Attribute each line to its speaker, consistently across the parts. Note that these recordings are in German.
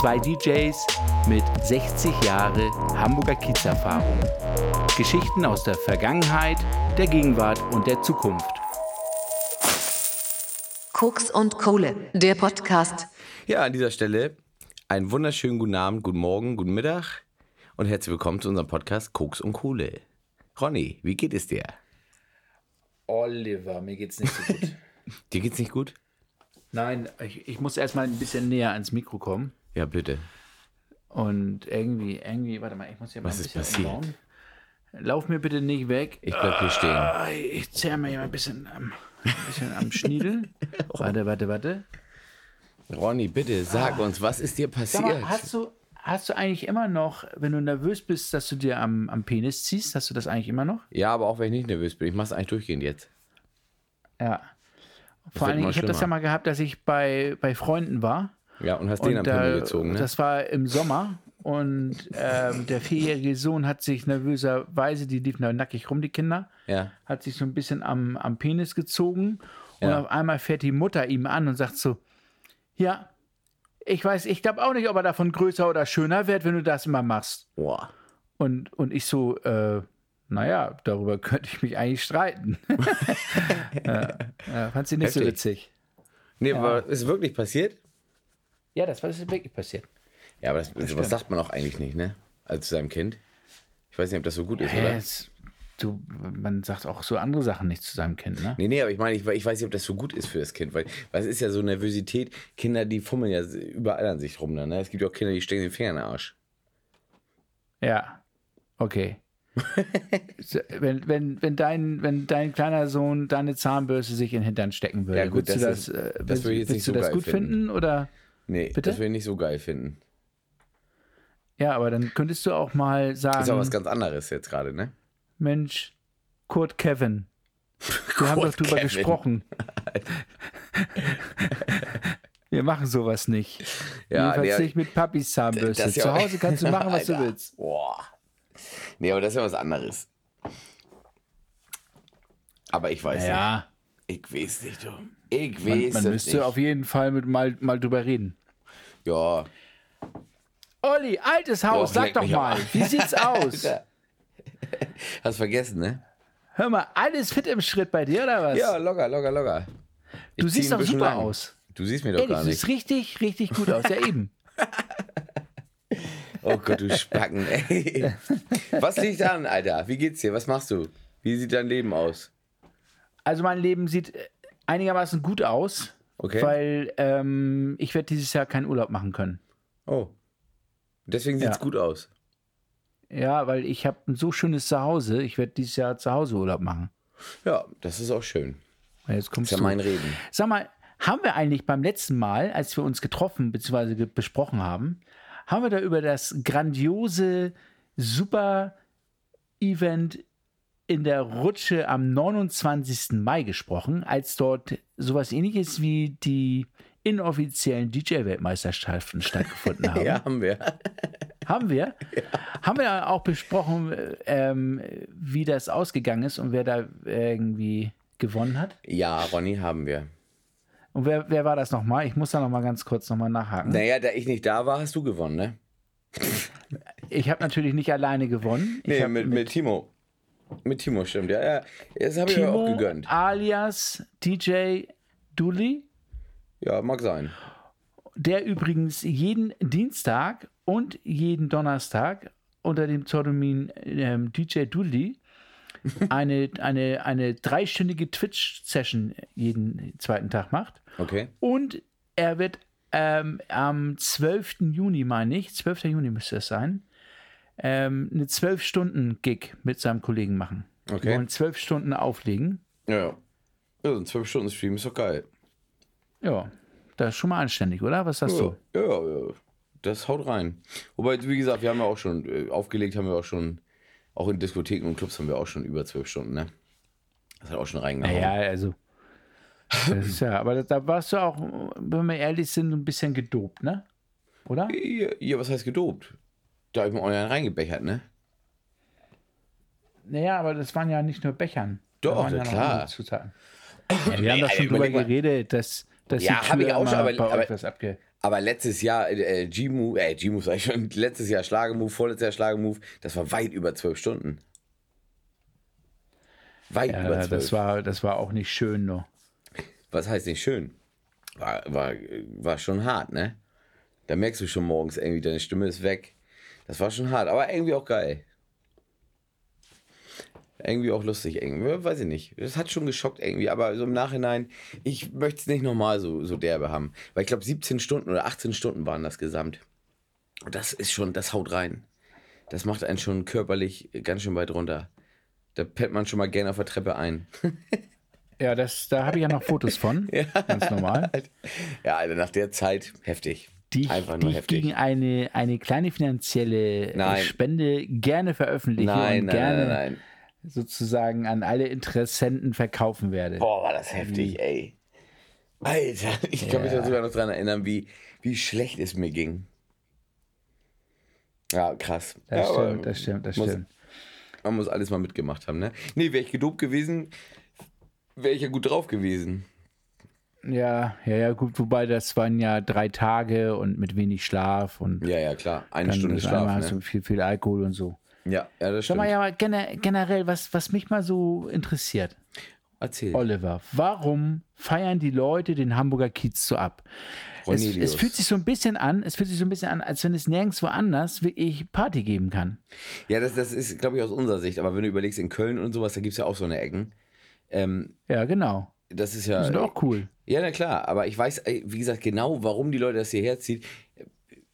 Speaker 1: Zwei DJs mit 60 Jahre Hamburger Kiezerfahrung. Geschichten aus der Vergangenheit, der Gegenwart und der Zukunft.
Speaker 2: Koks und Kohle, der Podcast.
Speaker 3: Ja, an dieser Stelle einen wunderschönen guten Abend, guten Morgen, guten Mittag und herzlich willkommen zu unserem Podcast Koks und Kohle. Ronny, wie geht es dir?
Speaker 1: Oliver, mir geht's nicht so gut.
Speaker 3: Dir geht's nicht gut?
Speaker 1: Nein, ich, ich muss erstmal ein bisschen näher ans Mikro kommen.
Speaker 3: Ja, bitte.
Speaker 1: Und irgendwie, irgendwie, warte mal, ich muss hier mal
Speaker 3: Was
Speaker 1: ein
Speaker 3: ist
Speaker 1: bisschen
Speaker 3: passiert?
Speaker 1: umbauen. Lauf mir bitte nicht weg.
Speaker 3: Ich bleib hier stehen.
Speaker 1: Ah, Ich zerre mir hier mal ein bisschen am, ein bisschen am Schniedel. Warte, warte, warte.
Speaker 3: Ronny, bitte sag uns, was ist dir
Speaker 1: Sag
Speaker 3: passiert?
Speaker 1: mal, hast du, hast du eigentlich immer noch, wenn du nervös bist, dass du dir am, am Penis ziehst, hast du das eigentlich immer noch?
Speaker 3: ja, aber auch wenn ich nicht nervös bin, ich mach's eigentlich durchgehend jetzt.
Speaker 1: Ja. Vor allen
Speaker 3: immer
Speaker 1: Dingen, ich habe das
Speaker 3: schlimmer.
Speaker 1: ja mal gehabt, dass ich bei, bei Freunden war.
Speaker 3: Ja, und hast den am
Speaker 1: Und,
Speaker 3: Pimmel
Speaker 1: äh,
Speaker 3: gezogen, ne?
Speaker 1: Das war im Sommer und ähm, der vierjährige Sohn hat sich nervöserweise, die liefen da nackig rum, die Kinder,
Speaker 3: Ja.
Speaker 1: hat sich so ein bisschen am, am Penis gezogen und
Speaker 3: Ja.
Speaker 1: auf einmal fährt die Mutter ihm an und sagt so, ja, ich weiß, ich glaube auch nicht, ob er davon größer oder schöner wird, wenn du das immer machst.
Speaker 3: Boah.
Speaker 1: Und, und ich so, äh, naja, darüber könnte ich mich eigentlich streiten. ja, ja, fand sie nicht so
Speaker 3: Heftig.
Speaker 1: witzig.
Speaker 3: Nee, aber ist wirklich passiert?
Speaker 1: Ja, das war das ist wirklich passiert.
Speaker 3: Ja, aber das, sowas sagt man auch eigentlich nicht, ne? Also zu seinem Kind. Ich weiß nicht, ob das so gut ist,
Speaker 1: Ja,
Speaker 3: oder?
Speaker 1: es, du, man sagt auch so andere Sachen nicht zu seinem Kind, ne?
Speaker 3: Nee, nee, aber ich meine, ich, we- ich weiß nicht, ob das so gut ist für das Kind, weil, weil es ist ja so Nervosität. Kinder, die fummeln ja überall an sich rum. dann, Ne? Es gibt ja auch Kinder, die stecken den Finger in den Arsch.
Speaker 1: Ja, okay. So, wenn, wenn, wenn, dein, wenn dein kleiner Sohn deine Zahnbürste sich in den Hintern stecken würde,
Speaker 3: Ja, gut,
Speaker 1: würdest
Speaker 3: das
Speaker 1: du das,
Speaker 3: ist-
Speaker 1: äh, würdest-
Speaker 3: das würde ich jetzt
Speaker 1: würdest
Speaker 3: nicht
Speaker 1: du
Speaker 3: so
Speaker 1: das
Speaker 3: geil
Speaker 1: gut
Speaker 3: finden.
Speaker 1: finden? Oder
Speaker 3: Nee,
Speaker 1: Bitte?
Speaker 3: das will ich nicht so geil finden.
Speaker 1: ja, aber dann könntest du auch mal
Speaker 3: Ist auch was
Speaker 1: sagen,
Speaker 3: ganz anderes jetzt gerade, ne?
Speaker 1: Mensch, Kurt Kevin. Wir haben doch
Speaker 3: Kurt
Speaker 1: drüber
Speaker 3: Kevin.
Speaker 1: gesprochen. Wir machen sowas nicht.
Speaker 3: Ja,
Speaker 1: Jedenfalls
Speaker 3: nee,
Speaker 1: nicht mit Papis Zahnbürste.
Speaker 3: das ist ja
Speaker 1: Zu
Speaker 3: auch-
Speaker 1: Hause kannst du machen, was du
Speaker 3: Alter.
Speaker 1: willst.
Speaker 3: Boah. Nee, aber das ist ja was anderes. Aber ich weiß
Speaker 1: Ja,
Speaker 3: nicht. Ich weiß nicht, du. Ich
Speaker 1: man,
Speaker 3: weiß
Speaker 1: man
Speaker 3: es
Speaker 1: müsste
Speaker 3: nicht.
Speaker 1: auf jeden Fall mit mal, mal drüber reden.
Speaker 3: ja.
Speaker 1: Olli, altes Haus,
Speaker 3: Doch,
Speaker 1: sag
Speaker 3: leck
Speaker 1: doch
Speaker 3: mich
Speaker 1: mal,
Speaker 3: am-
Speaker 1: wie sieht's aus?
Speaker 3: Hast vergessen, ne?
Speaker 1: Hör mal, alles fit im Schritt bei dir oder was?
Speaker 3: Ja, locker, locker, locker. Ich
Speaker 1: du
Speaker 3: zieh
Speaker 1: siehst
Speaker 3: ein
Speaker 1: doch
Speaker 3: bisschen
Speaker 1: super
Speaker 3: lang.
Speaker 1: aus.
Speaker 3: Du siehst mir doch
Speaker 1: Ehrlich,
Speaker 3: gar
Speaker 1: du
Speaker 3: nicht.
Speaker 1: siehst richtig, richtig gut aus. Ja, eben.
Speaker 3: Oh Gott, du Spacken, ey. Was liegt an, Alter? Wie geht's dir? Was machst du? Wie sieht dein Leben aus?
Speaker 1: Also mein Leben sieht äh, einigermaßen gut aus,
Speaker 3: Okay.
Speaker 1: weil ähm, ich werde dieses Jahr keinen Urlaub machen können.
Speaker 3: oh. Deswegen sieht's
Speaker 1: Ja.
Speaker 3: gut aus.
Speaker 1: Ja, weil ich habe ein so schönes Zuhause. Ich werde dieses Jahr zu Hause Urlaub machen.
Speaker 3: Ja, das ist auch schön.
Speaker 1: Und Jetzt kommst
Speaker 3: Ist ja
Speaker 1: du.
Speaker 3: mein Reden.
Speaker 1: Sag mal, haben wir eigentlich beim letzten Mal, als wir uns getroffen bzw. ge- besprochen haben, haben wir da über das grandiose Super-Event in der Rutsche am 29. Mai gesprochen, als dort sowas ähnliches wie die inoffiziellen DJ-Weltmeisterschaften stattgefunden haben?
Speaker 3: Ja, haben wir.
Speaker 1: Haben wir? Haben wir auch besprochen, äh, ähm, wie das ausgegangen ist und wer da irgendwie gewonnen hat?
Speaker 3: Ja, Ronny, haben wir.
Speaker 1: Und wer, wer war das nochmal? Ich muss da nochmal ganz kurz nochmal nachhaken.
Speaker 3: Naja, da ich nicht da war, hast du gewonnen, ne?
Speaker 1: Ich habe natürlich nicht alleine gewonnen. Ich
Speaker 3: Nee,
Speaker 1: hab
Speaker 3: mit, mit Timo. Mit Timo, stimmt. Ja, ja. Das habe ich mir auch
Speaker 1: Timo
Speaker 3: gegönnt.
Speaker 1: alias DJ Duli,
Speaker 3: Ja, mag sein.
Speaker 1: der übrigens jeden Dienstag und jeden Donnerstag unter dem Pseudonym ähm, DJ Duli eine, eine, eine dreistündige Twitch-Session jeden zweiten Tag macht.
Speaker 3: Okay.
Speaker 1: Und er wird ähm, am 12. Juni, meine ich, 12. Juni müsste es sein, ähm, eine 12-Stunden-Gig mit seinem Kollegen machen.
Speaker 3: Okay.
Speaker 1: Die wollen 12 Stunden auflegen.
Speaker 3: Ja, ja. Ja, so ein 12-Stunden-Stream ist doch geil.
Speaker 1: Ja, das ist schon mal anständig, oder? Was sagst du?
Speaker 3: Ja, ja, ja. Das haut rein. Wobei, wie gesagt, wir haben ja auch schon, äh, aufgelegt haben wir auch schon, auch in Diskotheken und Clubs haben wir auch schon über zwölf Stunden, ne? Das hat auch schon reingehauen.
Speaker 1: Naja, also. Das ist ja, aber da warst du auch, wenn wir ehrlich sind, ein bisschen gedopt, ne? Oder?
Speaker 3: Ja, ja, was heißt gedopt? Da habe ich mir online reingebechert, ne?
Speaker 1: Naja, aber das waren ja nicht nur Bechern. Da
Speaker 3: Doch,
Speaker 1: waren
Speaker 3: na
Speaker 1: noch
Speaker 3: klar.
Speaker 1: andere Zutaten. wir haben doch
Speaker 3: Alter,
Speaker 1: schon drüber
Speaker 3: überleg mal.
Speaker 1: geredet, dass, dass
Speaker 3: Ja,
Speaker 1: die
Speaker 3: hab ich
Speaker 1: Tür
Speaker 3: auch schon,
Speaker 1: immer
Speaker 3: aber-
Speaker 1: bei euch
Speaker 3: aber-
Speaker 1: was abge...
Speaker 3: Aber letztes Jahr, äh, äh, G-Move, äh, G-Move sag ich schon, letztes Jahr Schlagemove, vorletztes Jahr Schlagemove, das war weit über zwölf Stunden. Weit über
Speaker 1: Ja,
Speaker 3: zwölf.
Speaker 1: das, war, das war auch nicht schön nur.
Speaker 3: was heißt nicht schön? War, war, war schon hart, ne? Da merkst du schon morgens irgendwie, deine Stimme ist weg. Das war schon hart, aber irgendwie auch geil. Irgendwie auch lustig, irgendwie, weiß ich nicht. Das hat schon geschockt irgendwie, aber so im Nachhinein, ich möchte es nicht nochmal so, so derbe haben. Weil ich glaube, 17 Stunden oder 18 Stunden waren das gesamt. Und das ist schon, das haut rein. Das macht einen schon körperlich ganz schön weit runter. Da pennt man schon mal gerne auf der Treppe ein.
Speaker 1: Ja, das, da habe ich ja noch Fotos von. Ganz normal.
Speaker 3: Halt. Ja, Alter, nach der Zeit heftig.
Speaker 1: Die ich,
Speaker 3: Einfach
Speaker 1: die
Speaker 3: nur
Speaker 1: ich
Speaker 3: heftig.
Speaker 1: gegen eine, eine kleine finanzielle äh,
Speaker 3: Nein.
Speaker 1: Spende gerne veröffentliche
Speaker 3: nein,
Speaker 1: und
Speaker 3: nein,
Speaker 1: gerne
Speaker 3: nein, nein.
Speaker 1: sozusagen an alle Interessenten verkaufen werde.
Speaker 3: Boah, war das heftig, ey. Alter, ich kann mich
Speaker 1: Hm. Ja.
Speaker 3: da sogar noch dran erinnern, wie, wie schlecht es mir ging. Ja, krass.
Speaker 1: Das
Speaker 3: ja, aber
Speaker 1: stimmt, das stimmt, das
Speaker 3: muss,
Speaker 1: stimmt.
Speaker 3: Man muss alles mal mitgemacht haben, ne? Nee, wäre ich gedopt gewesen, wäre ich ja gut drauf gewesen.
Speaker 1: Ja, ja, ja, gut, wobei das waren ja drei Tage und mit wenig Schlaf und
Speaker 3: Ja, ja, klar. Eine
Speaker 1: dann
Speaker 3: Stunde
Speaker 1: auf einmal
Speaker 3: Schlaf,
Speaker 1: hast
Speaker 3: ne?
Speaker 1: du viel, viel Alkohol und so.
Speaker 3: Ja, ja, das
Speaker 1: Sag
Speaker 3: stimmt.
Speaker 1: mal ja mal gene- generell, was, was mich mal so interessiert,
Speaker 3: Erzähl.
Speaker 1: Oliver, warum feiern die Leute den Hamburger Kiez so ab? Es,
Speaker 3: Cornelius.
Speaker 1: es fühlt sich so ein bisschen an, es fühlt sich so ein bisschen an, als wenn es nirgendwo anders wirklich Party geben kann.
Speaker 3: Ja, das, das ist, glaube ich, aus unserer Sicht. Aber wenn du überlegst, in Köln und sowas, da gibt es ja auch so eine Ecken. Ähm,
Speaker 1: Ja, genau.
Speaker 3: das ist ja.
Speaker 1: Die sind auch cool.
Speaker 3: Ja, na klar, aber ich weiß, äh, wie gesagt, genau, warum die Leute das hierher ziehen.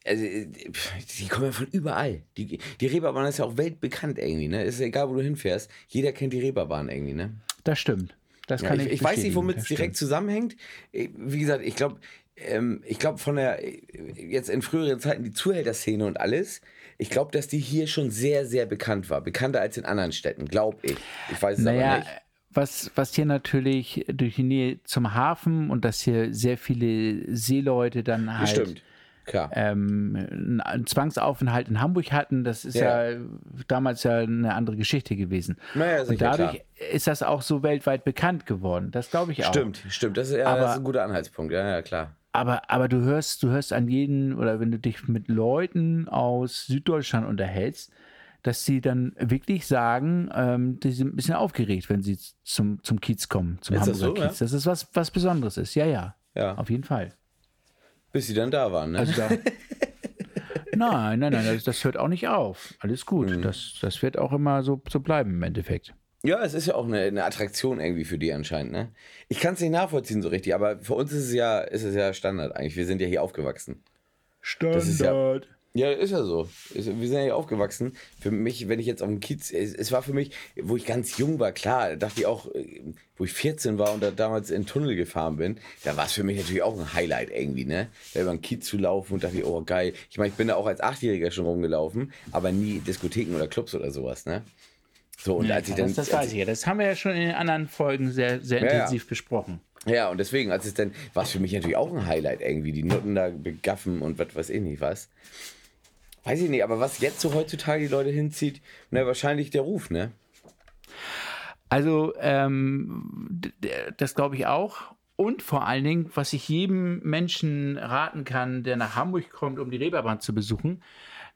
Speaker 3: Also, äh, pf, die kommen ja von überall. Die, die Reeperbahn ist ja auch weltbekannt irgendwie, ne? Ist ja egal, wo du hinfährst. Jeder kennt die Reeperbahn irgendwie, ne?
Speaker 1: Das stimmt. Das
Speaker 3: Ja,
Speaker 1: kann
Speaker 3: ich,
Speaker 1: ich,
Speaker 3: ich weiß nicht,
Speaker 1: bestätigen.
Speaker 3: womit
Speaker 1: Das
Speaker 3: es direkt
Speaker 1: stimmt.
Speaker 3: zusammenhängt. Äh, Wie gesagt, ich glaube, ähm, ich glaube von der äh, jetzt in früheren Zeiten die Zuhälterszene und alles. Ich glaube, dass die hier schon sehr, sehr bekannt war, bekannter als in anderen Städten, glaube ich. Ich weiß es aber
Speaker 1: Naja, halt.
Speaker 3: nicht.
Speaker 1: was, was hier natürlich durch die Nähe zum Hafen und dass hier sehr viele Seeleute dann halt
Speaker 3: Stimmt, klar.
Speaker 1: ähm, einen- einen Zwangsaufenthalt in Hamburg hatten, das ist ja, damals ja eine andere Geschichte gewesen.
Speaker 3: Naja,
Speaker 1: und
Speaker 3: sicher,
Speaker 1: dadurch ist das auch so weltweit bekannt geworden. Das glaube ich auch.
Speaker 3: Stimmt, stimmt. Das ist, ja, das
Speaker 1: Aber-
Speaker 3: ist ein guter Anhaltspunkt. Ja, ja, klar.
Speaker 1: Aber, aber du hörst, du hörst an jeden, oder wenn du dich mit Leuten aus Süddeutschland unterhältst, dass sie dann wirklich sagen, ähm, die sind ein bisschen aufgeregt, wenn sie zum, zum Kiez kommen, zum
Speaker 3: Ist das
Speaker 1: Hamburger
Speaker 3: so, ja?
Speaker 1: Kiez. Das ist was, was Besonderes ist, ja, ja.
Speaker 3: Ja.
Speaker 1: Auf jeden Fall.
Speaker 3: Bis sie dann da waren, ne?
Speaker 1: Also da, nein, nein, nein, das, das hört auch nicht auf. Alles gut.
Speaker 3: Mhm.
Speaker 1: Das, das wird auch immer so, so bleiben im Endeffekt.
Speaker 3: ja, es ist ja auch eine, eine Attraktion irgendwie für die anscheinend, ne? Ich kann es nicht nachvollziehen so richtig, aber für uns ist es ja, ist es ja Standard eigentlich. Wir sind ja hier aufgewachsen. ist ja-
Speaker 1: Standard.
Speaker 3: Ja, ist ja so. Ist, wir sind ja hier aufgewachsen. Für mich, wenn ich jetzt auf dem Kiez, es, es war für mich, wo ich ganz jung war, klar, da dachte ich auch, äh, wo ich 14 war und da damals in den Tunnel gefahren bin, da war es für mich natürlich auch ein Highlight irgendwie, ne? Da über den Kiez zu laufen und dachte ich, oh geil. Ich meine, ich bin da auch als Achtjähriger schon rumgelaufen, aber nie Diskotheken oder Clubs oder sowas, ne? So, und als ich dann.
Speaker 1: das, das
Speaker 3: als
Speaker 1: weiß ich ja. Das haben wir ja schon in den anderen Folgen sehr, sehr
Speaker 3: ja.
Speaker 1: intensiv besprochen.
Speaker 3: Ja, und deswegen, als es dann, war es für mich natürlich auch ein Highlight irgendwie, die Nutten da begaffen und was weiß ich nicht was. Weiß ich nicht, aber was jetzt so heutzutage die Leute hinzieht, na, wahrscheinlich der Ruf, ne?
Speaker 1: Also, ähm, d- d- das glaube ich auch. Und vor allen Dingen, was ich jedem Menschen raten kann, der nach Hamburg kommt, um die Reeperbahn zu besuchen,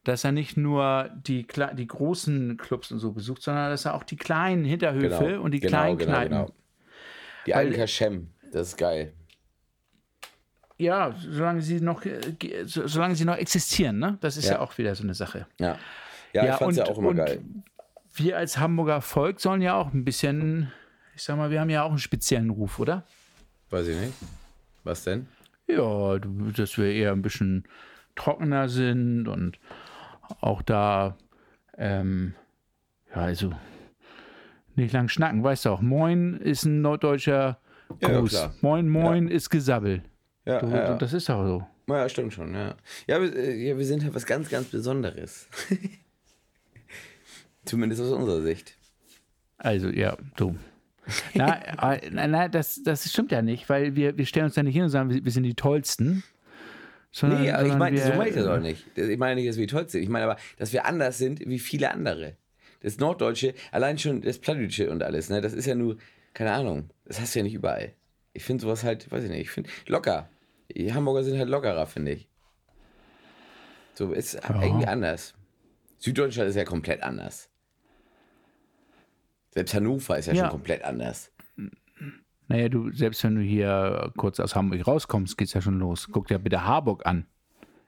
Speaker 1: dass er nicht nur die, Kle- die großen Clubs und so besucht, sondern dass er auch die kleinen
Speaker 3: Genau.
Speaker 1: Hinterhöfe Genau, und die kleinen Kneipen.
Speaker 3: Die alten
Speaker 1: Weil-
Speaker 3: Kaschem, das ist geil.
Speaker 1: Ja, solange sie noch, äh, ge- so- solange sie noch existieren, ne? Das ist ja,
Speaker 3: Ja.
Speaker 1: auch wieder so eine Sache.
Speaker 3: Ja, ja, ich
Speaker 1: Ja,
Speaker 3: fand's ja
Speaker 1: und-
Speaker 3: auch immer
Speaker 1: und-
Speaker 3: geil.
Speaker 1: Wir als Hamburger Volk sollen ja auch ein bisschen, ich sag mal, wir haben ja auch einen speziellen Ruf, oder?
Speaker 3: Weiß ich nicht. Was denn?
Speaker 1: Ja, du- dass wir eher ein bisschen trockener sind und auch da, ähm, ja, also nicht lang schnacken, weißt du auch. Moin ist ein norddeutscher
Speaker 3: ja,
Speaker 1: Gruß.
Speaker 3: klar.
Speaker 1: moin, moin ist Gesabbel.
Speaker 3: Ja,
Speaker 1: Du,
Speaker 3: ja,
Speaker 1: du, das ist auch so.
Speaker 3: ja. ja stimmt schon, ja. Ja wir, äh, ja, wir sind halt was ganz, ganz Besonderes. Zumindest aus unserer Sicht.
Speaker 1: Also, ja, du. Na, äh, na, na das, das stimmt ja nicht, weil wir, wir stellen uns ja nicht hin und sagen, wir, wir sind die Tollsten. Sondern,
Speaker 3: Nee, aber ich
Speaker 1: sondern
Speaker 3: meine,
Speaker 1: wir-
Speaker 3: so meine ich das auch nicht. Das- Ich meine nicht, dass wir toll sind. Ich meine aber, dass wir anders sind wie viele andere. Das Norddeutsche, allein schon das Plattdeutsche und alles, ne? Das ist ja nur, keine Ahnung, das hast du ja nicht überall. Ich finde sowas halt, weiß ich nicht, ich finde locker. Die Hamburger sind halt lockerer, finde ich. So ist irgendwie anders. Süddeutschland ist ja komplett anders. Selbst Hannover ist ja,
Speaker 1: Ja.
Speaker 3: schon komplett anders.
Speaker 1: Naja, du, selbst wenn du hier kurz aus Hamburg rauskommst, geht's ja schon los. Guck dir bitte Harburg an.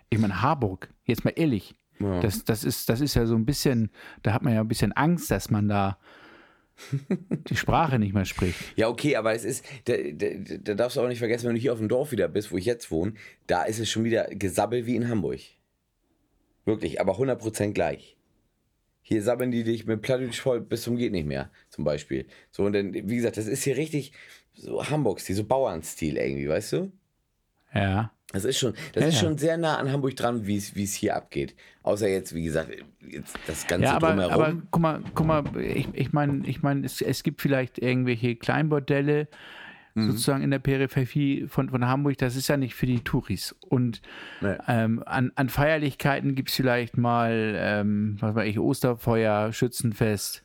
Speaker 1: Ich meine, Harburg, jetzt mal ehrlich. Das, das, ist, das ist ja so ein bisschen, da hat man ja ein bisschen Angst, dass man da die Sprache nicht mehr spricht.
Speaker 3: Ja, okay, aber es ist, da, da, da darfst du auch nicht vergessen, wenn du hier auf dem Dorf wieder bist, wo ich jetzt wohne, da ist es schon wieder gesabbel wie in Hamburg. Wirklich, aber 100% gleich. Hier sabbeln die dich mit Plattdeutsch voll bis zum geht nicht mehr, zum Beispiel. So, und dann, wie gesagt, das ist hier richtig so Hamburg-Stil, so Bauernstil irgendwie, weißt du?
Speaker 1: Ja.
Speaker 3: Das ist schon, das
Speaker 1: Ja,
Speaker 3: ist
Speaker 1: ja.
Speaker 3: schon sehr nah an Hamburg dran, wie es wie es hier abgeht. Außer jetzt, wie gesagt, jetzt das Ganze
Speaker 1: ja, aber,
Speaker 3: drumherum.
Speaker 1: aber guck mal, guck mal, ich, ich meine, ich mein, es, es gibt vielleicht irgendwelche Kleinbordelle
Speaker 3: Mhm.
Speaker 1: sozusagen in der Peripherie von, von Hamburg, das ist ja nicht für die Touris. Und
Speaker 3: Nee.
Speaker 1: ähm, an, an Feierlichkeiten gibt es vielleicht mal, ähm, was weiß ich, Osterfeuer, Schützenfest,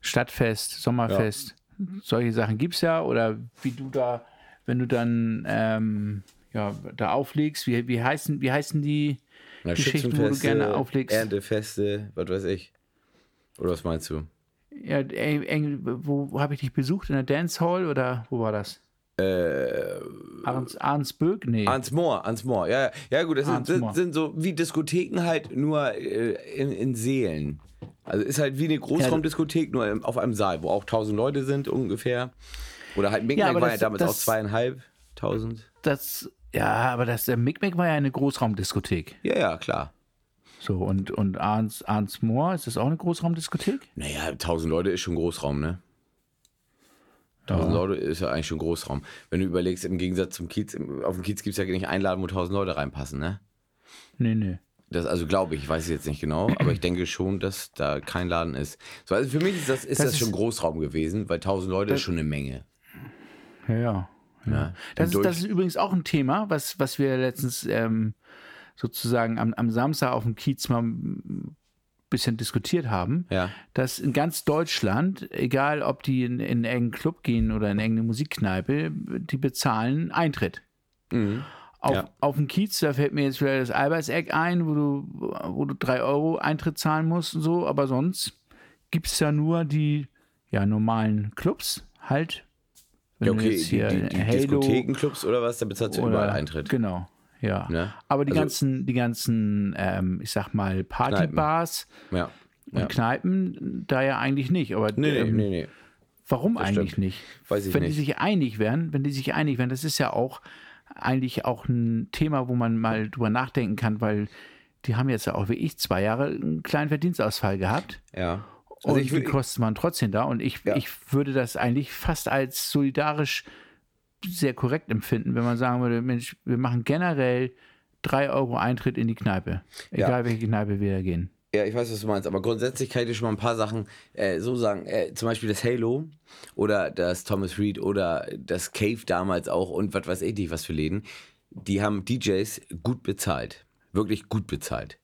Speaker 1: Stadtfest, Sommerfest. Solche Sachen gibt es ja. Oder wie du da, wenn du dann ähm, ja, da auflegst, wie, wie, heißen, wie heißen die
Speaker 3: Na,
Speaker 1: Geschichten, wo du
Speaker 3: Schützenfeste,
Speaker 1: gerne auflegst?
Speaker 3: Erntefeste, was weiß ich. Oder was meinst du?
Speaker 1: Ja, ey, ey, wo, wo habe ich dich besucht? In der Dancehall oder wo war das? Äh, Arns, Arnsböck? Nee.
Speaker 3: Ans Moor, ans Moor. Ja, ja. ja gut, das sind,
Speaker 1: Ah, Ans Moor.
Speaker 3: sind, sind so wie Diskotheken halt nur äh, in, in Seelen. Also ist halt wie eine Großraumdiskothek, nur im, auf einem Saal, wo auch 1000 Leute sind ungefähr. Oder halt Micknack
Speaker 1: aber
Speaker 3: war
Speaker 1: das-
Speaker 3: ja damals auch
Speaker 1: das-
Speaker 3: zweieinhalb tausend.
Speaker 1: das, ja, aber das der Micmac war ja eine Großraumdiskothek.
Speaker 3: Ja, ja, klar.
Speaker 1: So, und, und Arns, Arns Moor, ist das auch eine Großraumdiskothek?
Speaker 3: Naja, 1000 Leute ist schon Großraum, ne? 1000 Leute ist ja eigentlich schon Großraum. Wenn du überlegst, im Gegensatz zum Kiez, im- auf dem Kiez gibt es ja nicht Einladen, wo 1000 Leute reinpassen, ne?
Speaker 1: Nee, nee.
Speaker 3: Das also glaube ich, weiß ich jetzt nicht genau, aber ich denke schon, dass da kein Laden ist. So, also für mich ist das, ist das,
Speaker 1: ist-
Speaker 3: schon Großraum gewesen, weil 1000 Leute ist schon eine Menge.
Speaker 1: Ja, ja.
Speaker 3: Ne?
Speaker 1: Das
Speaker 3: Im
Speaker 1: ist, das
Speaker 3: Durch-
Speaker 1: ist übrigens auch ein Thema, was, was wir letztens ähm, sozusagen am, am Samstag auf dem Kiez mal ein bisschen diskutiert haben.
Speaker 3: Ja.
Speaker 1: Dass in ganz Deutschland, egal ob die in, in irgendeinen Club gehen oder in irgendeine Musikkneipe, die bezahlen Eintritt. Auf,
Speaker 3: Mhm. Ja.
Speaker 1: auf dem Kiez, da fällt mir jetzt wieder das Albertseck ein, wo du, wo du 3 Euro Eintritt zahlen musst und so, aber sonst gibt es ja nur die ja, normalen Clubs, halt. Wenn
Speaker 3: ja,
Speaker 1: du
Speaker 3: okay,
Speaker 1: jetzt hier
Speaker 3: die, die, die
Speaker 1: Halo-
Speaker 3: Diskothekenclubs oder was, da bezahlst du überall Eintritt.
Speaker 1: Genau, ja.
Speaker 3: Ne?
Speaker 1: Aber die
Speaker 3: Also-
Speaker 1: ganzen, die ganzen, ähm, ich sag mal, Partybars
Speaker 3: Ja.
Speaker 1: und
Speaker 3: ja.
Speaker 1: Kneipen, da ja eigentlich nicht. Aber
Speaker 3: Nee, nee,
Speaker 1: ähm,
Speaker 3: nee, nee.
Speaker 1: warum eigentlich
Speaker 3: stimmt.
Speaker 1: nicht?
Speaker 3: Weiß ich
Speaker 1: wenn
Speaker 3: nicht.
Speaker 1: die sich einig wären, wenn die sich einig wären, das ist ja auch eigentlich auch ein Thema, wo man mal drüber nachdenken kann, weil die haben jetzt ja auch wie ich zwei Jahre einen kleinen Verdienstausfall gehabt.
Speaker 3: Ja.
Speaker 1: Und
Speaker 3: Also ich
Speaker 1: die
Speaker 3: will-
Speaker 1: Kosten waren trotzdem da. Und ich,
Speaker 3: Ja.
Speaker 1: ich würde das eigentlich fast als solidarisch sehr korrekt empfinden, wenn man sagen würde, Mensch, wir machen generell 3 Euro Eintritt in die Kneipe.
Speaker 3: Ja.
Speaker 1: Egal welche Kneipe wir da gehen.
Speaker 3: Ja, ich weiß, was du meinst, aber grundsätzlich kann ich dir schon mal ein paar Sachen äh, so sagen. Äh, zum Beispiel das Halo oder das Thomas Reed oder das Cave damals auch und was weiß ich nicht, was für Läden. Die haben DJs gut bezahlt. Wirklich gut bezahlt.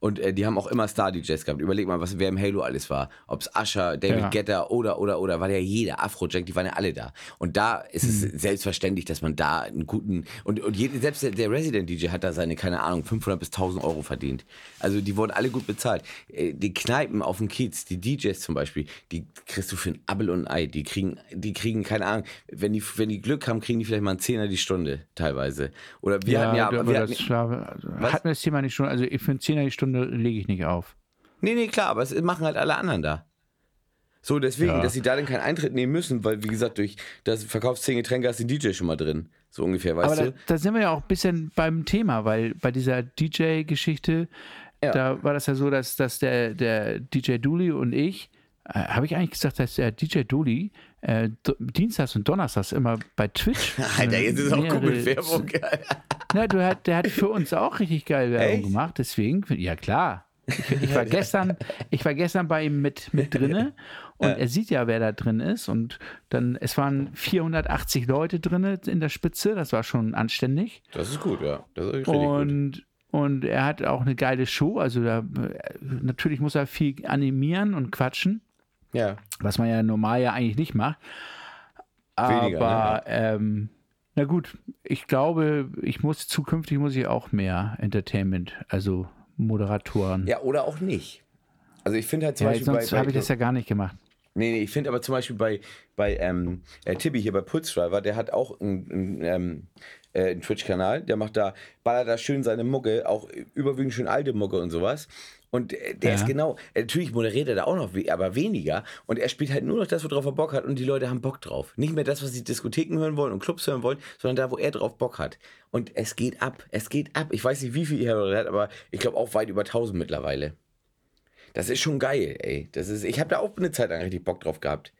Speaker 3: Und äh, die haben auch immer Star-DJs gehabt. Überleg mal, was, wer im Halo alles war. Ob's Usher, David
Speaker 1: Ja.
Speaker 3: Guetta oder, oder, oder. War ja jeder. Afrojack, die waren ja alle da. Und da ist es selbstverständlich, dass man da einen guten... Und, und jede, selbst der, der Resident-DJ hat da seine, keine Ahnung, 500 bis 1000 Euro verdient. Also die wurden alle gut bezahlt. Äh, die Kneipen auf dem Kiez, die DJs zum Beispiel, die kriegst du für ein Appel und ein Ei. Die kriegen, die kriegen, keine Ahnung, wenn die, wenn die Glück haben, kriegen die vielleicht mal einen Zehner die Stunde teilweise. Oder wir hatten ja...
Speaker 1: aber
Speaker 3: wir
Speaker 1: das,
Speaker 3: hatten,
Speaker 1: Schlafe- also,
Speaker 3: Was?
Speaker 1: hatten wir das Thema nicht schon. Also ich- für einen Zehner die Stunde lege ich nicht auf.
Speaker 3: Nee, nee, klar, aber es machen halt alle anderen da. So, deswegen,
Speaker 1: Ja.
Speaker 3: dass sie da dann keinen Eintritt nehmen müssen, weil, wie gesagt, durch das verkaufst 10 Getränke hast du den DJ schon mal drin. So ungefähr, weißt
Speaker 1: Aber da,
Speaker 3: du?
Speaker 1: da sind wir ja auch ein bisschen beim Thema, weil bei dieser DJ-Geschichte, da war das ja so, dass, dass der, der DJ Dooley und ich, äh, habe ich eigentlich gesagt, dass der DJ Dooley äh, do, dienstags und donnerstags immer bei Twitch.
Speaker 3: Alter, jetzt ist auch
Speaker 1: mehrere-
Speaker 3: Kumpelwerbung.
Speaker 1: Na, du hat, der hat für uns auch richtig geil Werbung
Speaker 3: Echt?
Speaker 1: gemacht, deswegen, find- ja klar. Ich, ich, war gestern, ich war gestern bei ihm mit, mit drinne und er sieht ja, wer da drin ist. Und dann, es waren 480 Leute drinne in der Spitze, das war schon anständig.
Speaker 3: Das ist gut, ja. Das ist richtig gut.
Speaker 1: Und, und er hat auch eine geile Show. Also da, äh, natürlich muss er viel animieren und quatschen,
Speaker 3: Ja.
Speaker 1: was man ja normal ja eigentlich nicht macht.
Speaker 3: Weniger, ne?
Speaker 1: aber ähm, Na gut, ich glaube, ich muss zukünftig muss ich auch mehr Entertainment, also Moderatoren.
Speaker 3: Ja, oder auch nicht. Also ich finde halt zum
Speaker 1: Ja,
Speaker 3: Beispiel bei,
Speaker 1: sonst
Speaker 3: bei
Speaker 1: habe ich das ja gar nicht gemacht.
Speaker 3: Nee, nee, ich finde aber zum Beispiel bei, bei ähm, äh, Tibi hier bei Putzdriver, der hat auch einen, einen, ähm, äh, einen Twitch-Kanal, der macht da, ballert da schön seine Mucke, auch überwiegend schön alte Mucke und sowas. Und äh, der
Speaker 1: Ja.
Speaker 3: ist genau, äh, natürlich moderiert er da auch noch, we- aber weniger. Und er spielt halt nur noch das, worauf er Bock hat und die Leute haben Bock drauf. Nicht mehr das, was die Diskotheken hören wollen und Clubs hören wollen, sondern da, wo er drauf Bock hat. Und es geht ab, es geht ab. Ich weiß nicht, wie viel er hat, aber ich glaube auch weit über 1000 mittlerweile. Das ist schon geil, ey. Das ist, ich habe da auch eine Zeit lang richtig Bock drauf gehabt.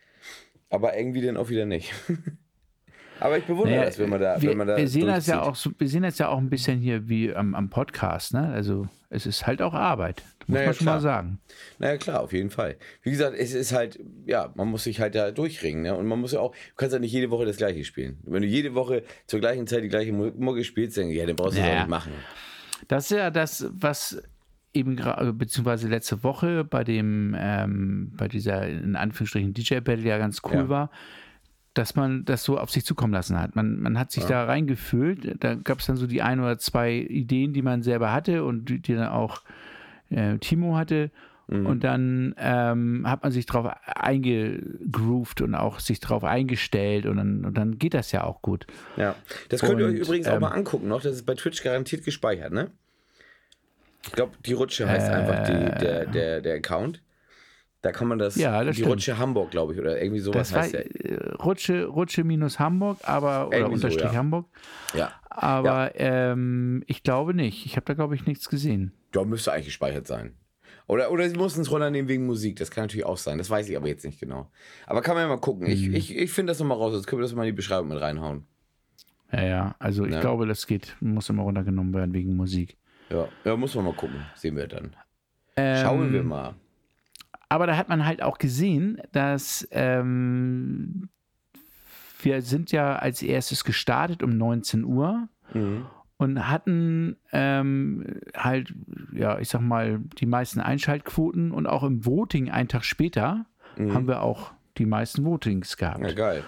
Speaker 3: Aber irgendwie dann auch wieder nicht. Aber ich bewundere
Speaker 1: Naja,
Speaker 3: das, wenn man da.
Speaker 1: wir,
Speaker 3: wenn man da
Speaker 1: wir sehen das ja
Speaker 3: durchzieht.
Speaker 1: auch, so- wir sehen das ja auch ein bisschen hier wie am, am Podcast, ne? Also es ist halt auch Arbeit, muss
Speaker 3: Naja,
Speaker 1: man schon
Speaker 3: klar.
Speaker 1: mal sagen.
Speaker 3: Naja, klar, auf jeden Fall. Wie gesagt, es ist halt, ja, man muss sich halt da durchringen. Ne? Und man muss ja auch, du kannst ja nicht jede Woche das Gleiche spielen. Wenn du jede Woche zur gleichen Zeit die gleiche Mu- Mucke spielst, dann, ja, dann brauchst du das
Speaker 1: Naja.
Speaker 3: auch nicht machen.
Speaker 1: Das ist ja das, was eben gerade, beziehungsweise letzte Woche bei dem, ähm, bei dieser in Anführungsstrichen DJ-Battle ja ganz cool
Speaker 3: Ja.
Speaker 1: war, dass man das so auf sich zukommen lassen hat. Man, man hat sich da reingefühlt, da gab es dann so die ein oder zwei Ideen, die man selber hatte und die, die dann auch äh, Timo hatte. Und dann ähm, hat man sich drauf eingegroovt und auch sich drauf eingestellt und dann, und dann geht das ja auch gut.
Speaker 3: Ja. Das könnt ihr
Speaker 1: Und,
Speaker 3: euch übrigens auch
Speaker 1: ähm,
Speaker 3: mal angucken noch. Das ist bei Twitch garantiert gespeichert, ne? Ich glaube, die Rutsche heißt einfach die, der, der, der Account. Da kann man das.
Speaker 1: Äh. Ja, das
Speaker 3: die
Speaker 1: stimmt.
Speaker 3: Rutsche Hamburg, glaube ich, oder irgendwie sowas
Speaker 1: Das war
Speaker 3: heißt der.
Speaker 1: äh, Rutsche, Rutsche minus Hamburg, aber oder
Speaker 3: Irgendwie so,
Speaker 1: Unterstrich
Speaker 3: ja.
Speaker 1: Hamburg.
Speaker 3: Ja.
Speaker 1: Aber ähm, ich glaube nicht. Ich habe da, glaube ich, nichts gesehen.
Speaker 3: Ja, müsste eigentlich gespeichert sein. Oder, oder sie mussten es runternehmen wegen Musik. Das kann natürlich auch sein. Das weiß ich aber jetzt nicht genau. Aber kann man ja mal gucken. Ich,
Speaker 1: Mhm.
Speaker 3: ich, ich finde das nochmal raus. Jetzt können wir das mal in die Beschreibung mit reinhauen.
Speaker 1: Ja, ja. Also ich
Speaker 3: Ja.
Speaker 1: glaube, das geht, muss immer runtergenommen werden wegen Musik.
Speaker 3: Ja, ja muss man mal gucken. Sehen wir dann.
Speaker 1: Ähm,
Speaker 3: Schauen wir mal.
Speaker 1: Aber da hat man halt auch gesehen, dass ähm, wir sind ja als erstes gestartet um 19 Uhr
Speaker 3: Mhm.
Speaker 1: und hatten ähm, halt, ja, ich sag mal, die meisten Einschaltquoten und auch im Voting einen Tag später haben wir auch die meisten Votings gehabt.
Speaker 3: Ja, geil.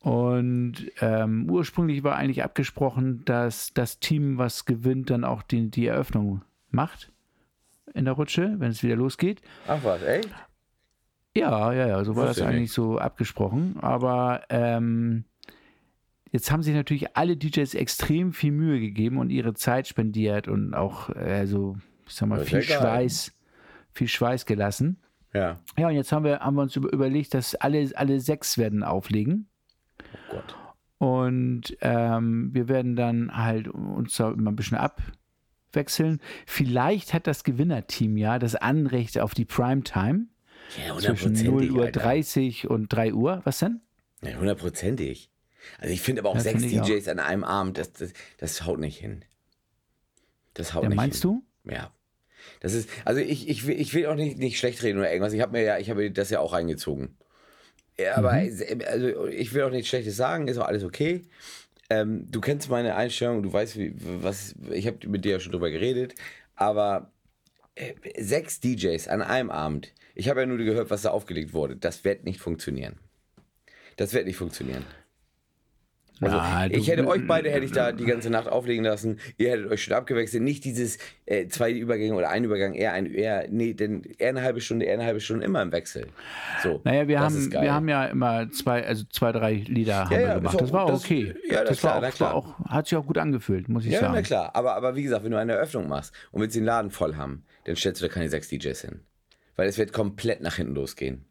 Speaker 1: Und ähm, ursprünglich war eigentlich abgesprochen, dass das Team, was gewinnt, dann auch die, die Eröffnung macht in der Rutsche, wenn es wieder losgeht.
Speaker 3: Ach was, echt?
Speaker 1: Ja, ja, ja, so war das
Speaker 3: Wusste ich
Speaker 1: eigentlich
Speaker 3: nicht.
Speaker 1: so abgesprochen. Aber ähm, jetzt haben sich natürlich alle DJs extrem viel Mühe gegeben und ihre Zeit spendiert und auch, äh, so, ich sag mal,
Speaker 3: Das ist
Speaker 1: viel
Speaker 3: ja geil.
Speaker 1: Schweiß, viel Schweiß gelassen.
Speaker 3: Ja.
Speaker 1: Ja, und jetzt haben wir, haben wir uns über- überlegt, dass alle, alle sechs werden auflegen.
Speaker 3: Oh Gott.
Speaker 1: Und ähm, wir werden dann halt uns da immer ein bisschen abwechseln. Vielleicht hat das Gewinnerteam ja das Anrecht auf die Primetime
Speaker 3: Ja,
Speaker 1: zwischen 0 Uhr 30 und 3 Uhr. Was denn?
Speaker 3: Ja, hundertprozentig. Also ich finde aber auch
Speaker 1: Ja,
Speaker 3: sechs
Speaker 1: finde ich auch.
Speaker 3: DJs an einem Abend, das, das, das haut nicht hin. Das haut
Speaker 1: Ja,
Speaker 3: nicht
Speaker 1: meinst
Speaker 3: hin.
Speaker 1: du?
Speaker 3: Ja. Das ist, also ich, ich, will, ich will auch nicht, nicht schlecht reden oder irgendwas. Ich habe mir ja, ich habe das ja auch reingezogen. Ja, aber es- also ich will auch nichts Schlechtes sagen, ist auch alles okay. Ähm, du kennst meine Einstellung, du weißt, wie, was ich habe mit dir ja schon drüber geredet, aber äh, sechs DJs an einem Abend, ich habe ja nur gehört, was da aufgelegt wurde, das wird nicht funktionieren. Das wird nicht funktionieren. Also,
Speaker 1: Na, Ah, du- mm,
Speaker 3: ich hätte euch beide hätte ich da die ganze Nacht auflegen lassen. Ihr hättet euch schon abgewechselt. Nicht dieses äh, zwei Übergänge oder ein Übergang, eher ein, eher, nee, denn eher eine halbe Stunde, eher eine halbe Stunde immer im Wechsel. So,
Speaker 1: Naja, wir
Speaker 3: das
Speaker 1: haben,
Speaker 3: ist geil.
Speaker 1: wir haben ja immer zwei, also zwei, drei Lieder haben
Speaker 3: ja,
Speaker 1: wir gemacht.
Speaker 3: ist auch
Speaker 1: Das war
Speaker 3: gut,
Speaker 1: auch
Speaker 3: das-
Speaker 1: okay.
Speaker 3: ja, das
Speaker 1: das
Speaker 3: klar, na
Speaker 1: war, auch, war auch, hat sich auch gut angefühlt, muss ich
Speaker 3: Ja, na
Speaker 1: sagen.
Speaker 3: klar. Aber, aber wie gesagt, wenn du eine Eröffnung machst und willst den Laden voll haben, dann stellst du da keine sechs DJs hin. Weil es wird komplett nach hinten losgehen.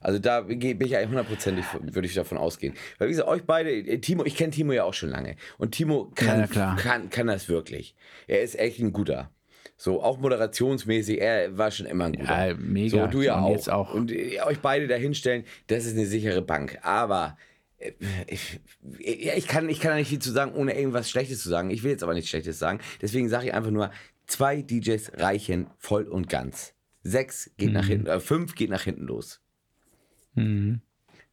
Speaker 3: Also da geh- bin ich eigentlich hundertprozentig, würde ich davon ausgehen. Weil wie gesagt, euch beide, äh, Timo, ich kenne Timo ja auch schon lange. Und Timo
Speaker 1: Ja,
Speaker 3: kann,
Speaker 1: na klar.
Speaker 3: kann, kann das wirklich. Er ist echt ein guter. So, auch moderationsmäßig, er war schon immer ein guter.
Speaker 1: Ja, mega.
Speaker 3: So, du ja
Speaker 1: Und
Speaker 3: auch.
Speaker 1: jetzt auch.
Speaker 3: Und äh, euch beide dahinstellen, das ist eine sichere Bank. Aber äh, ich, ja, ich, kann, ich kann da nicht viel zu sagen, ohne irgendwas Schlechtes zu sagen. Ich will jetzt aber nichts Schlechtes sagen. Deswegen sage ich einfach nur, zwei DJs reichen voll und ganz. Sechs geht
Speaker 1: Mhm.
Speaker 3: nach hinten, äh, fünf geht nach hinten los.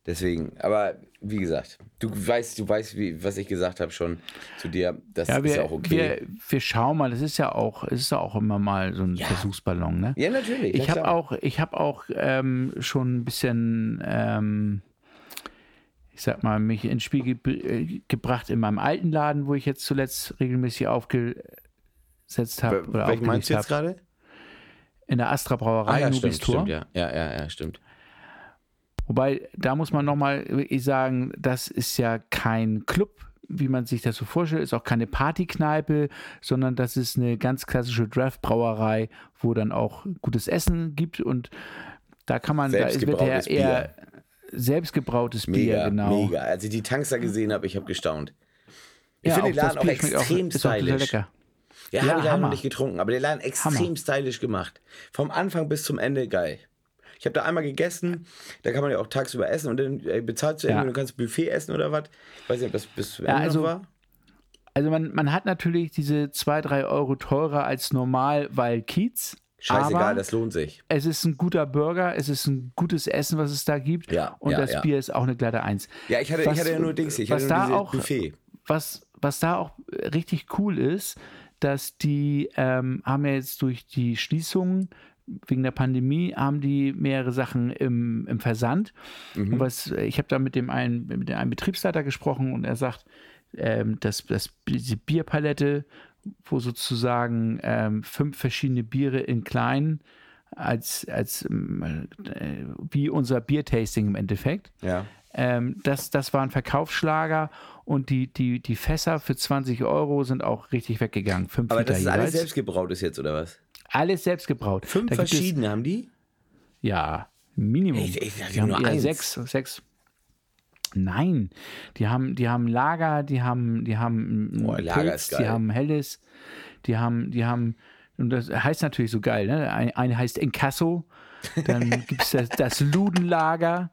Speaker 3: Deswegen, aber wie gesagt, du weißt, du weißt, wie, was ich gesagt habe schon zu dir. Das
Speaker 1: Ja, wir,
Speaker 3: ist auch okay.
Speaker 1: wir, wir schauen mal, das ist ja auch, es ist ja auch immer mal so ein Versuchsballon, ne?
Speaker 3: ja, natürlich.
Speaker 1: Ich
Speaker 3: na
Speaker 1: habe
Speaker 3: klar.
Speaker 1: auch, ich habe auch ähm, schon ein bisschen, ähm, ich ich sag mal, mich ins Spiel ge äh, gebracht in meinem alten Laden, wo ich jetzt zuletzt regelmäßig aufgesetzt habe.
Speaker 3: Wel-
Speaker 1: oder
Speaker 3: Welchen meinst du jetzt
Speaker 1: aufgelegt habe.
Speaker 3: gerade? Ah
Speaker 1: In der Astra Brauerei,
Speaker 3: ja,
Speaker 1: Nubis
Speaker 3: stimmt,
Speaker 1: Tor.
Speaker 3: stimmt, ja. Ja, ja, ja, stimmt.
Speaker 1: Wobei, da muss man nochmal wirklich sagen, das ist ja kein Club, wie man sich das so vorstellt, ist auch keine Partykneipe, sondern das ist eine ganz klassische Draft-Brauerei, wo dann auch gutes Essen gibt und da kann man, da ist wird ja
Speaker 3: Selbstgebrautes
Speaker 1: eher selbstgebrautes
Speaker 3: Mega,
Speaker 1: Bier, genau.
Speaker 3: mega. Als ich die Tanks da gesehen habe, ich habe gestaunt. Ich
Speaker 1: Ja,
Speaker 3: finde den
Speaker 1: das
Speaker 3: Laden auch
Speaker 1: Bier schmeckt
Speaker 3: extrem
Speaker 1: ist auch total
Speaker 3: stylisch.
Speaker 1: lecker. Ja,
Speaker 3: Ja, habe ich leider
Speaker 1: Hammer.
Speaker 3: noch nicht getrunken, aber der Laden extrem
Speaker 1: Hammer.
Speaker 3: stylisch gemacht. Vom Anfang bis zum Ende geil. Ich habe da einmal gegessen, da kann man ja auch tagsüber essen und dann äh, bezahlst du
Speaker 1: Ja.
Speaker 3: irgendwie, du kannst Buffet essen oder was. Ich weiß nicht, ob das bis zum
Speaker 1: Ja,
Speaker 3: Ende
Speaker 1: also-
Speaker 3: noch war.
Speaker 1: Also man, man hat natürlich diese 2, 3 Euro teurer als normal, weil Kiez.
Speaker 3: Scheißegal,
Speaker 1: aber
Speaker 3: das lohnt sich.
Speaker 1: es ist ein guter Burger, es ist ein gutes Essen, was es da gibt.
Speaker 3: Ja,
Speaker 1: und
Speaker 3: ja,
Speaker 1: das
Speaker 3: ja.
Speaker 1: Bier ist auch eine glatte Eins.
Speaker 3: Ja, ich hatte,
Speaker 1: Was-
Speaker 3: ich hatte ja nur Dings, hier, ich
Speaker 1: was
Speaker 3: hatte
Speaker 1: da
Speaker 3: nur dieses
Speaker 1: auch-
Speaker 3: Buffet.
Speaker 1: was, was da auch richtig cool ist, dass die ähm, haben ja jetzt durch die Schließungen wegen der Pandemie haben die mehrere Sachen im, im Versand. Und was, ich habe da mit dem einen, mit dem einen Betriebsleiter gesprochen und er sagt, ähm, dass, dass diese Bierpalette, wo sozusagen ähm, fünf verschiedene Biere in kleinen als, als ähm, äh, wie unser Biertasting im Endeffekt.
Speaker 3: Ja.
Speaker 1: Ähm, das, das war ein Verkaufsschlager und die, die, die Fässer für 20 Euro sind auch richtig weggegangen. Fünf
Speaker 3: Aber
Speaker 1: Liter
Speaker 3: das ist
Speaker 1: jeweils.
Speaker 3: alles selbstgebraut ist jetzt, oder was?
Speaker 1: Alles selbst gebraut.
Speaker 3: Fünf
Speaker 1: Da gibt es-
Speaker 3: verschiedene haben die?
Speaker 1: Ja, Minimum.
Speaker 3: Ich- ich dachte
Speaker 1: die haben
Speaker 3: nur
Speaker 1: eher
Speaker 3: eins.
Speaker 1: sechs, sechs. Nein, die haben, die haben Lager, die haben, die haben ein
Speaker 3: Boah,
Speaker 1: Pilz,
Speaker 3: Lager ist geil.
Speaker 1: die haben Helles, die haben, die haben, und das heißt natürlich so geil, ne? Ein, ein heißt Inkasso, dann gibt es das, das Ludenlager,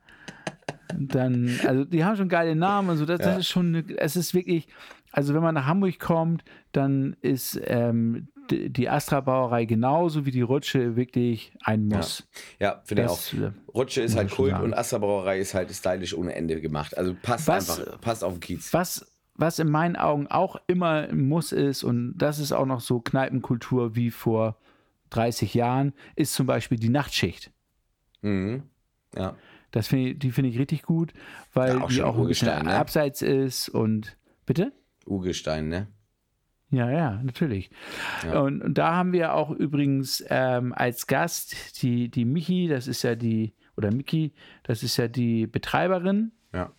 Speaker 1: dann, also die haben schon geile Namen, also das, das ist schon, eine- es ist wirklich, also wenn man nach Hamburg kommt, dann ist ähm, d- die Astra Brauerei genauso wie die Rutsche wirklich ein Muss.
Speaker 3: Ja, finde ich
Speaker 1: Das,
Speaker 3: auch.
Speaker 1: äh,
Speaker 3: Rutsche ist
Speaker 1: muss
Speaker 3: halt
Speaker 1: ich schon
Speaker 3: Kult
Speaker 1: sagen.
Speaker 3: und Astra Brauerei ist halt stylisch ohne Ende gemacht. Also passt
Speaker 1: Was-
Speaker 3: einfach, passt auf den Kiez.
Speaker 1: was, was in meinen Augen auch immer ein Muss ist, und das ist auch noch so Kneipenkultur wie vor 30 Jahren, ist zum Beispiel die Nachtschicht.
Speaker 3: Mhm. Ja.
Speaker 1: Das finde ich, die finde ich richtig gut, weil
Speaker 3: Ja, auch
Speaker 1: die
Speaker 3: schon
Speaker 1: auch ein bisschen
Speaker 3: Urgestein, ne?
Speaker 1: abseits ist und bitte?
Speaker 3: Urgestein, ne?
Speaker 1: Ja, ja, natürlich. Und, und da haben wir auch übrigens ähm, als Gast die, die Michi, das ist ja die, oder Miki, das ist ja die Betreiberin.
Speaker 3: Ja.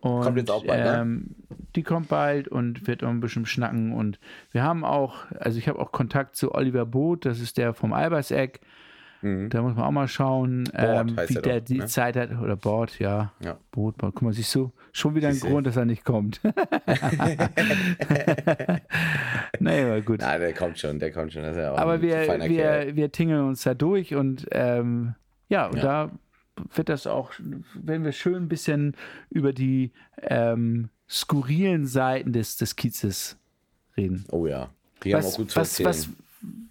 Speaker 1: Und,
Speaker 3: Kommt jetzt auch bald, ne?
Speaker 1: ähm, Die kommt bald und wird auch ein bisschen schnacken. Und wir haben auch, also ich habe auch Kontakt zu Oliver Both, das ist der vom Alberseck. Da muss man auch mal schauen, ähm,
Speaker 3: Mhm. heißt
Speaker 1: wie
Speaker 3: er
Speaker 1: der
Speaker 3: doch,
Speaker 1: die
Speaker 3: ne?
Speaker 1: Zeit hat. Oder Board, ja.
Speaker 3: Ja.
Speaker 1: Boot, Boot. Guck mal, siehst du, schon wieder ein
Speaker 3: Siehste.
Speaker 1: Grund, dass er nicht kommt. naja, aber gut.
Speaker 3: Na, der kommt schon, der kommt schon. Das ist ja auch
Speaker 1: aber
Speaker 3: ein
Speaker 1: wir,
Speaker 3: feiner Kerl.
Speaker 1: wir, wir tingeln uns da durch und ähm, ja, und
Speaker 3: Ja.
Speaker 1: da wird das auch, wenn wir schön ein bisschen über die ähm, skurrilen Seiten des, des Kiezes reden.
Speaker 3: Oh ja. Die haben auch
Speaker 1: Was,
Speaker 3: gut zu
Speaker 1: was,
Speaker 3: erzählen.
Speaker 1: was,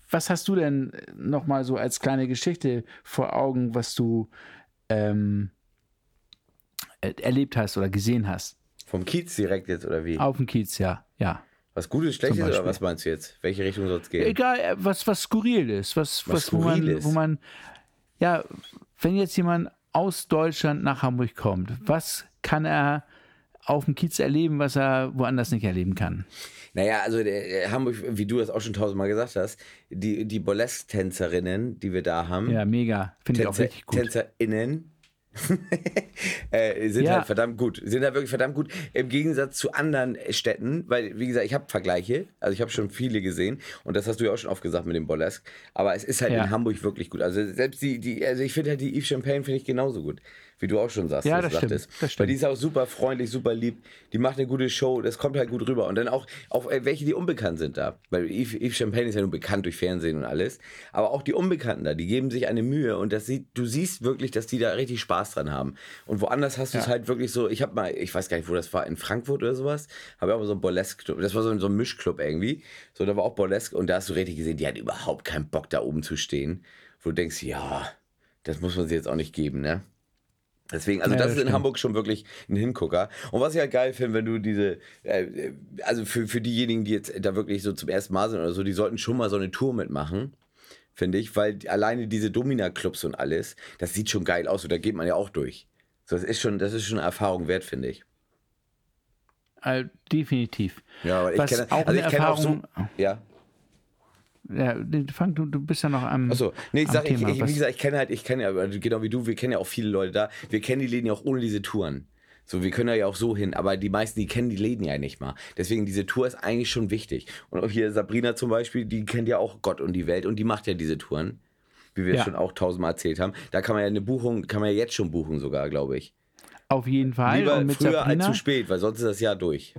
Speaker 1: was hast du denn nochmal so als kleine Geschichte vor Augen, was du ähm, er- erlebt hast oder gesehen hast?
Speaker 3: Vom Kiez direkt jetzt oder wie?
Speaker 1: Auf dem Kiez, ja, ja.
Speaker 3: Was Gutes, Schlechtes oder
Speaker 1: Beispiel.
Speaker 3: was meinst du jetzt? Welche Richtung soll es gehen?
Speaker 1: Egal, äh, was, was skurril ist, was, was,
Speaker 3: Was
Speaker 1: wo, man,
Speaker 3: skurril ist.
Speaker 1: wo man, ja, wenn jetzt jemand aus Deutschland nach Hamburg kommt, was kann er auf dem Kiez erleben, was er woanders nicht erleben kann?
Speaker 3: Naja, also der, der Hamburg, wie du das auch schon tausendmal gesagt hast, die, die Burlesque-Tänzerinnen, die wir da haben,
Speaker 1: Ja, mega. Finde ich auch
Speaker 3: Tänzer,
Speaker 1: richtig gut.
Speaker 3: TänzerInnen äh, sind
Speaker 1: Ja.
Speaker 3: halt verdammt gut. Sind halt wirklich verdammt gut. Im Gegensatz zu anderen Städten, weil, wie gesagt, ich habe Vergleiche. Also, ich habe schon viele gesehen. Und das hast du ja auch schon oft gesagt mit dem Burlesque. Aber es ist halt
Speaker 1: Ja.
Speaker 3: in Hamburg wirklich gut. Also, selbst die, die also ich finde halt die Eve Champagne finde ich genauso gut. Wie du auch schon sagst.
Speaker 1: Ja, das
Speaker 3: dass du
Speaker 1: stimmt, das
Speaker 3: Weil
Speaker 1: stimmt.
Speaker 3: die ist auch super freundlich, super lieb. Die macht eine gute Show. Das kommt halt gut rüber. Und dann auch, auch äh, welche, die unbekannt sind da. Weil Yves, Yves Champagne ist ja nun bekannt durch Fernsehen und alles. Aber auch die Unbekannten da, die geben sich eine Mühe. Und das sieht, du siehst wirklich, dass die da richtig Spaß dran haben. Und woanders hast du es halt wirklich so. Ich habe mal, ich weiß gar nicht, wo das war, in Frankfurt oder sowas. Habe ich auch mal so einen Burlesque-Club. Das war so, ein- so ein Mischclub irgendwie. So, da war auch Burlesque. Und da hast du richtig gesehen, die hat überhaupt keinen Bock, da oben zu stehen. Wo du denkst, ja, das muss man sie jetzt auch nicht geben, ne? Deswegen, also
Speaker 1: Ja,
Speaker 3: das,
Speaker 1: das
Speaker 3: ist in
Speaker 1: stimmt.
Speaker 3: Hamburg schon wirklich ein Hingucker. Und was ich halt geil finde, wenn du diese, äh, also für, für diejenigen, die jetzt da wirklich so zum ersten Mal sind oder so, die sollten schon mal so eine Tour mitmachen, finde ich, weil die- alleine diese Domina-Clubs und alles, das sieht schon geil aus und da geht man ja auch durch. So, das ist schon, das ist schon eine Erfahrung wert, finde ich.
Speaker 1: Äh, definitiv.
Speaker 3: Ja, aber ich
Speaker 1: Was
Speaker 3: kenne
Speaker 1: auch
Speaker 3: also
Speaker 1: eine
Speaker 3: ich kenne auch so,
Speaker 1: Erfahrung.
Speaker 3: ja.
Speaker 1: Ja, nee, fang, du, du bist ja noch am.
Speaker 3: Achso, Also, nee,
Speaker 1: Mhm.
Speaker 3: ich
Speaker 1: am
Speaker 3: sag, ich,
Speaker 1: Thema.
Speaker 3: ich,
Speaker 1: Was-
Speaker 3: wie gesagt, ich kenne halt, ich kenne ja, also genau wie du, wir kennen ja auch viele Leute da. Wir kennen die Läden ja auch ohne diese Touren. So, wir können da ja auch so hin, aber die meisten, die kennen die Läden ja nicht mal. Deswegen, diese Tour ist eigentlich schon wichtig. Und auch hier Sabrina zum Beispiel, die kennt ja auch Gott und die Welt und die macht ja diese Touren. Wie wir
Speaker 1: Ja.
Speaker 3: schon auch tausendmal erzählt haben. Da kann man ja eine Buchung, kann man ja jetzt schon buchen sogar, glaube ich.
Speaker 1: auf jeden Fall.
Speaker 3: Lieber
Speaker 1: und mit
Speaker 3: früher als
Speaker 1: Sabrina,
Speaker 3: zu spät, weil sonst ist das Jahr durch.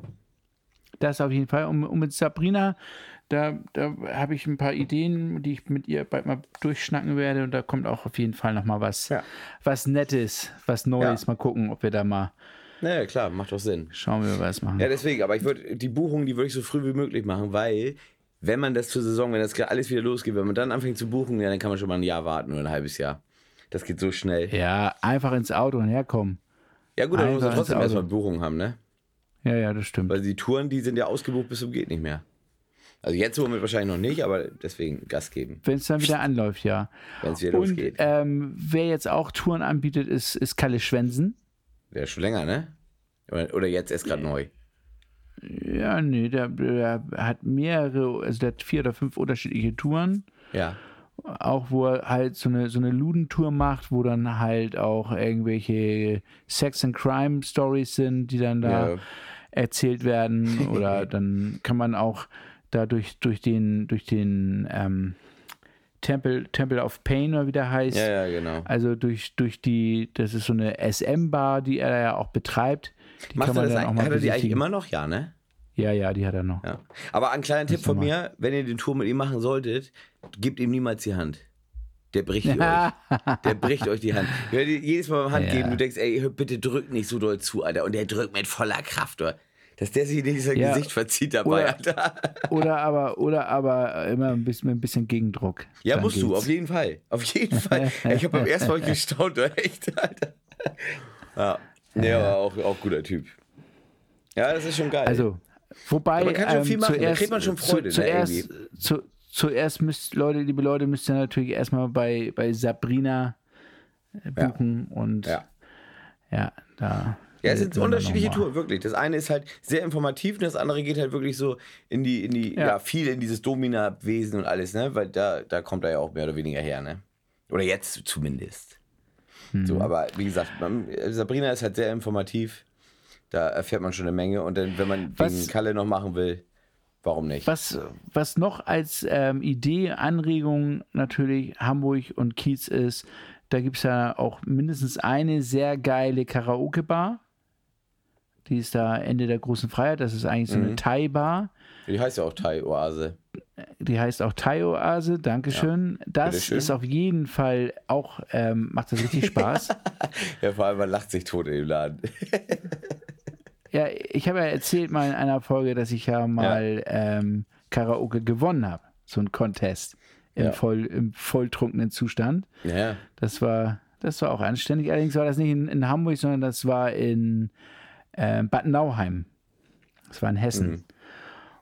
Speaker 1: Das auf jeden Fall. Und, und mit Sabrina, da, da habe ich ein paar Ideen, die ich mit ihr bald mal durchschnacken werde. Und da kommt auch auf jeden Fall nochmal was,
Speaker 3: Ja.
Speaker 1: was Nettes, was Neues.
Speaker 3: Ja.
Speaker 1: Mal gucken, ob wir da mal
Speaker 3: Naja, klar, macht doch Sinn.
Speaker 1: schauen, wie wir was machen.
Speaker 3: Ja, deswegen, aber ich würde die Buchung, die würde ich so früh wie möglich machen, weil wenn man das zur Saison, wenn das gerade alles wieder losgeht, wenn man dann anfängt zu buchen, ja, dann kann man schon mal ein Jahr warten oder ein halbes Jahr. Das geht so schnell.
Speaker 1: ja, einfach ins Auto und herkommen.
Speaker 3: Ja gut, aber man muss ja
Speaker 1: Einfach also ins
Speaker 3: trotzdem
Speaker 1: Auto.
Speaker 3: erstmal Buchung haben, ne?
Speaker 1: Ja, ja, das stimmt.
Speaker 3: Weil die Touren, die sind ja ausgebucht bis zum geht nicht mehr. Also jetzt womit wahrscheinlich noch nicht, aber deswegen Gas geben,
Speaker 1: Wenn es dann wieder anläuft, ja.
Speaker 3: wenn es wieder
Speaker 1: Und
Speaker 3: losgeht.
Speaker 1: ähm, wer jetzt auch Touren anbietet, ist, ist Kalle Schwensen.
Speaker 3: Wäre schon länger, ne? Oder, oder jetzt erst gerade neu.
Speaker 1: Ja, nee, der, der hat mehrere, also der hat vier oder fünf unterschiedliche Touren.
Speaker 3: Ja.
Speaker 1: Auch wo er halt so eine, so eine Ludentour macht, wo dann halt auch irgendwelche Sex and Crime Stories sind, die dann da
Speaker 3: Ja.
Speaker 1: erzählt werden. Oder dann kann man auch da durch, durch den, durch den ähm, Temple, Temple of Pain oder wie der heißt,
Speaker 3: Ja, ja, genau.
Speaker 1: Also durch, durch die, das ist so eine SM-Bar, die er ja auch betreibt. Die
Speaker 3: Macht
Speaker 1: kann
Speaker 3: er
Speaker 1: man
Speaker 3: das
Speaker 1: dann auch
Speaker 3: eigentlich,
Speaker 1: mal
Speaker 3: hat er die eigentlich
Speaker 1: besichtigen.
Speaker 3: immer noch? Ja, ne?
Speaker 1: Ja, ja, die hat er noch.
Speaker 3: Ja. Aber ein kleiner Tipp von mir, wenn ihr den Tour mit ihm machen solltet, gebt ihm niemals die Hand. Der bricht die euch. Der bricht euch die Hand. Wenn ihr jedes Mal beim Hand
Speaker 1: Ja.
Speaker 3: geben, du denkst, ey, hör, bitte drückt nicht so doll zu, Alter. Und der drückt mit voller Kraft, oder? Dass der sich nicht sein
Speaker 1: Ja.
Speaker 3: Gesicht verzieht dabei,
Speaker 1: Oder-
Speaker 3: Alter.
Speaker 1: Oder aber, oder aber immer ein bisschen, mit ein bisschen Gegendruck.
Speaker 3: Ja,
Speaker 1: Dann
Speaker 3: musst du,
Speaker 1: geht's.
Speaker 3: auf jeden Fall. Auf jeden Fall. Ey, ich habe beim ersten Mal gestaunt, oder? echt, Alter. Ja, nee, aber auch, auch guter Typ. Ja, das ist schon geil.
Speaker 1: Also, wobei. ähm,
Speaker 3: Ja, man kann schon viel machen, da
Speaker 1: zuerst,
Speaker 3: kriegt man schon Freude,
Speaker 1: Zu,
Speaker 3: ne,
Speaker 1: zuerst, zu, zuerst müsst, Leute, liebe Leute, müsst ihr natürlich erstmal bei, bei Sabrina äh,
Speaker 3: Ja.
Speaker 1: buchen und
Speaker 3: Ja.
Speaker 1: ja, da.
Speaker 3: Ja, es sind
Speaker 1: redet man dann
Speaker 3: unterschiedliche
Speaker 1: Äh, noch mal.
Speaker 3: Touren, wirklich. Das eine ist halt sehr informativ und das andere geht halt wirklich so in die, in die, ja,
Speaker 1: Ja.
Speaker 3: viel in dieses Domina-Wesen und alles, ne? Weil da, da kommt er ja auch mehr oder weniger her, ne? Oder jetzt zumindest.
Speaker 1: Mhm.
Speaker 3: So, aber wie gesagt, man, Sabrina ist halt sehr informativ. Da erfährt man schon eine Menge. Und dann, wenn man
Speaker 1: Was-
Speaker 3: wegen Kalle noch machen will, warum nicht?
Speaker 1: Was, was noch als ähm, Idee, Anregung natürlich Hamburg und Kiez ist, da gibt es ja auch mindestens eine sehr geile Karaoke-Bar. Die ist da Ende der großen Freiheit. Das ist eigentlich so
Speaker 3: Mhm.
Speaker 1: eine Thai-Bar.
Speaker 3: Die heißt ja auch Thai-Oase.
Speaker 1: Die heißt auch Thai-Oase. Dankeschön. das
Speaker 3: bitteschön.
Speaker 1: ist auf jeden Fall auch, ähm, macht das richtig Spaß.
Speaker 3: Ja, vor allem, man lacht sich tot in dem Laden.
Speaker 1: ja, ich habe ja erzählt mal in einer Folge, dass ich ja mal ähm, Karaoke gewonnen habe. So ein Contest im,
Speaker 3: Ja.
Speaker 1: voll, im volltrunkenen Zustand.
Speaker 3: Ja,
Speaker 1: Das war, das war auch anständig. Allerdings war das nicht in, in Hamburg, sondern das war in äh, Bad Nauheim. Das war in Hessen.
Speaker 3: Mhm.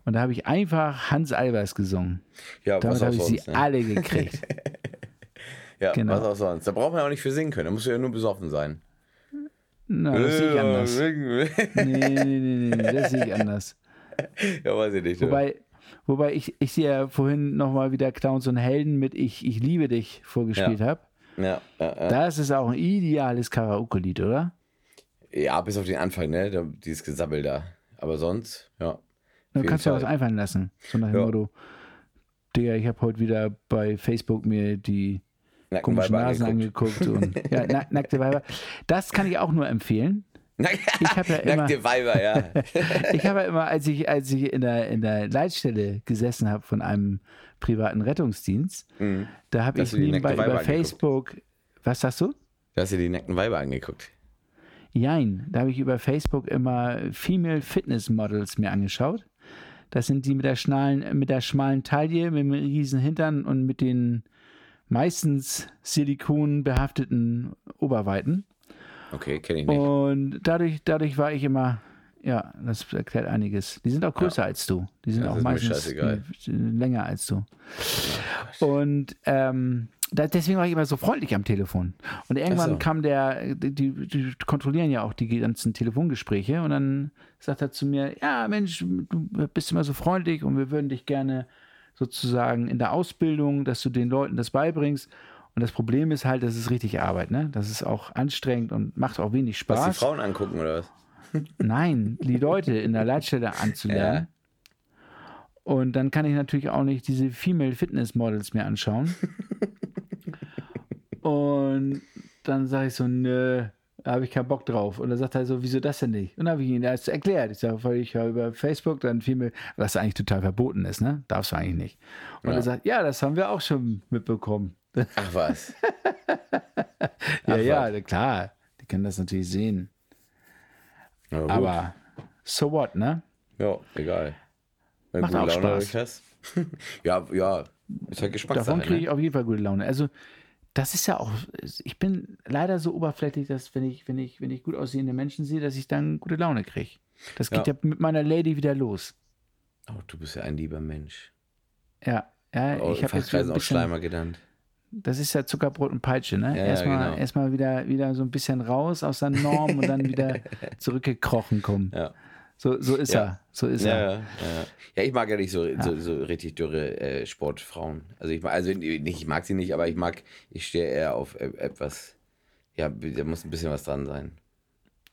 Speaker 1: Und da habe ich einfach Hans Albers gesungen.
Speaker 3: ja
Speaker 1: Damit
Speaker 3: was auch
Speaker 1: habe ich sie
Speaker 3: sonst. Ne?
Speaker 1: alle gekriegt.
Speaker 3: Ja,
Speaker 1: genau.
Speaker 3: was auch sonst. Da braucht man ja auch nicht für singen können. Da muss ja nur besoffen sein.
Speaker 1: Na, das sehe ich anders.
Speaker 3: anders.
Speaker 1: Nee, nee, nee, nee, nee das sehe ich anders.
Speaker 3: Ja, weiß ich nicht.
Speaker 1: Wobei, wobei ich, ich sie ja vorhin nochmal wieder Clowns und Helden mit Ich, ich liebe dich vorgespielt
Speaker 3: Ja.
Speaker 1: habe.
Speaker 3: ja, ja, ja.
Speaker 1: Das ist auch ein ideales Karaoke-Lied, oder?
Speaker 3: ja, bis auf den Anfang, ne? Da, dieses Gesabbel da. Aber sonst, ja.
Speaker 1: Dann
Speaker 3: jeden
Speaker 1: kannst du dir was
Speaker 3: Fall.
Speaker 1: einfallen lassen. So nach dem
Speaker 3: Ja.
Speaker 1: Motto, Digga, ich habe heute wieder bei Facebook mir die
Speaker 3: Nacken
Speaker 1: komischen
Speaker 3: Weiber
Speaker 1: Nasen
Speaker 3: angeguckt.
Speaker 1: angeguckt und ja, na, nackte Weiber. Das kann ich auch nur empfehlen. Ich habe ja immer,
Speaker 3: Nackte Weiber, ja.
Speaker 1: ich habe ja immer, als ich, als ich in der, in der Leitstelle gesessen habe von einem privaten Rettungsdienst,
Speaker 3: Mhm.
Speaker 1: da habe ich
Speaker 3: Hast du die
Speaker 1: nebenbei über
Speaker 3: nackte Weiber angeguckt?
Speaker 1: Facebook, was sagst du?
Speaker 3: Du hast dir die nackten Weiber angeguckt.
Speaker 1: Jein, da habe ich über Facebook immer Female Fitness Models mir angeschaut. Das sind die mit der, schnalen, mit der schmalen Taille, mit dem riesen Hintern und mit den meistens silikonbehafteten Oberweiten.
Speaker 3: Okay, kenne ich nicht.
Speaker 1: Oh, Und dadurch, dadurch war ich immer Ja, das erklärt einiges. Die sind auch größer als du. Die sind
Speaker 3: Das
Speaker 1: auch
Speaker 3: ist mir
Speaker 1: meistens
Speaker 3: scheißegal.
Speaker 1: n- länger als du. Und ähm, da, deswegen war ich immer so freundlich am Telefon. Und irgendwann
Speaker 3: so.
Speaker 1: kam der, die, die, die kontrollieren ja auch die ganzen Telefongespräche. Und dann sagt er zu mir, ja Mensch, du bist immer so freundlich und wir würden dich gerne sozusagen in der Ausbildung, dass du den Leuten das beibringst. Und das Problem ist halt, das ist richtig Arbeit, ne? Das ist auch anstrengend und macht auch wenig Spaß.
Speaker 3: Was die Frauen angucken oder was?
Speaker 1: Nein, die Leute in der Leitstelle anzulernen. Und dann kann ich natürlich auch nicht diese Female Fitness Models mir anschauen. Und dann sage ich so, nö, da habe ich keinen Bock drauf. Und dann sagt er so, wieso das denn nicht? Und dann habe ich ihm das erklärt. Ich sage, weil ich ja über Facebook dann Female, was eigentlich total verboten ist, ne? Darfst du eigentlich nicht. Und er sagt, ja, das haben wir auch schon mitbekommen.
Speaker 3: Ach was.
Speaker 1: Ja,
Speaker 3: Ach,
Speaker 1: ja, klar. Die können das natürlich sehen.
Speaker 3: Na gut.
Speaker 1: Aber so what, ne?
Speaker 3: Ja, egal. Wenn
Speaker 1: Macht auch
Speaker 3: dadurch hast. ja, ja. Ist halt Geschmackssache.
Speaker 1: Davon kriege
Speaker 3: Ne?
Speaker 1: ich auf jeden Fall gute Laune. Also, das ist ja auch, ich bin leider so oberflächlich, dass wenn ich, wenn ich, wenn ich gut aussehende Menschen sehe, dass ich dann gute Laune kriege. Das geht ja.
Speaker 3: Ja.
Speaker 1: mit meiner Lady wieder los.
Speaker 3: Oh, du bist ja ein lieber Mensch.
Speaker 1: Ja, ja
Speaker 3: Oh,
Speaker 1: ich
Speaker 3: ich
Speaker 1: habe jetzt wieder
Speaker 3: Fachkreisen
Speaker 1: ein
Speaker 3: auch
Speaker 1: bisschen,
Speaker 3: Schleimer genannt.
Speaker 1: das ist ja Zuckerbrot und Peitsche, ne?
Speaker 3: Ja, ja,
Speaker 1: erstmal
Speaker 3: genau.
Speaker 1: erstmal wieder, wieder so ein bisschen raus aus der Norm und dann wieder zurückgekrochen kommen.
Speaker 3: Ja.
Speaker 1: So, so ist
Speaker 3: Ja.
Speaker 1: er, so ist
Speaker 3: Ja,
Speaker 1: er.
Speaker 3: ja, ja. ja, ich mag ja nicht so, so, so richtig dürre äh, Sportfrauen. Also ich mag, also nicht, ich mag sie nicht, aber ich mag, ich stehe eher auf äh, etwas, ja, da muss ein bisschen was dran sein.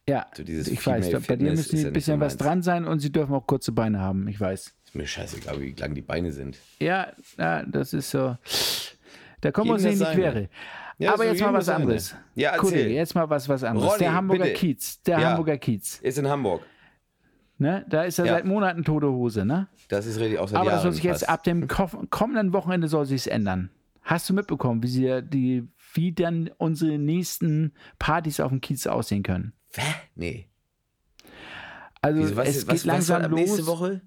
Speaker 1: Ja,
Speaker 3: So dieses
Speaker 1: ich weiß,
Speaker 3: Female
Speaker 1: da- bei dir
Speaker 3: Fitness
Speaker 1: müssen
Speaker 3: ist
Speaker 1: die
Speaker 3: ja
Speaker 1: ein
Speaker 3: nicht
Speaker 1: bisschen
Speaker 3: so
Speaker 1: was
Speaker 3: meins.
Speaker 1: dran sein und sie dürfen auch kurze Beine haben, ich weiß.
Speaker 3: Ist mir scheißegal, wie lang die Beine sind.
Speaker 1: Ja, ja, das ist so. Da kommen wir uns
Speaker 3: Jedem
Speaker 1: nicht in die
Speaker 3: das
Speaker 1: Quere.
Speaker 3: seine. Ja,
Speaker 1: Aber
Speaker 3: so
Speaker 1: jetzt mal
Speaker 3: jedem
Speaker 1: was
Speaker 3: das seine.
Speaker 1: anderes.
Speaker 3: Ja, erzähl.
Speaker 1: Kollege, jetzt mal was, was anderes.
Speaker 3: Ronny,
Speaker 1: der Hamburger
Speaker 3: bitte.
Speaker 1: Kiez. Der
Speaker 3: Ja.
Speaker 1: Hamburger Kiez.
Speaker 3: Ist in Hamburg.
Speaker 1: Ne? Da ist er
Speaker 3: Ja.
Speaker 1: seit Monaten tote Hose, ne?
Speaker 3: Das ist richtig, außer
Speaker 1: Aber das
Speaker 3: Jahren
Speaker 1: soll sich jetzt
Speaker 3: fast.
Speaker 1: ab dem ko- kommenden Wochenende soll sich's ändern. Hast du mitbekommen, wie sie die, wie dann unsere nächsten Partys auf dem Kiez aussehen können?
Speaker 3: Hä? Nee.
Speaker 1: Also
Speaker 3: Wieso, was,
Speaker 1: es
Speaker 3: was,
Speaker 1: geht
Speaker 3: was,
Speaker 1: langsam
Speaker 3: was ab
Speaker 1: los.
Speaker 3: nächste Woche?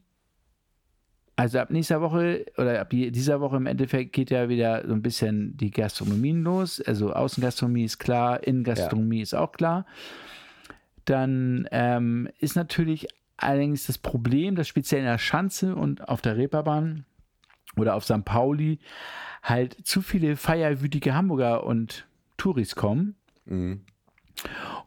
Speaker 1: Also ab nächster Woche oder ab je- dieser Woche im Endeffekt geht ja wieder so ein bisschen die Gastronomien los. Also Außengastronomie ist klar, Innengastronomie ist auch klar. Dann ähm, ist natürlich allerdings das Problem, dass speziell in der Schanze und auf der Reeperbahn oder auf St. Pauli halt zu viele feierwütige Hamburger und Touris kommen.
Speaker 3: Mhm.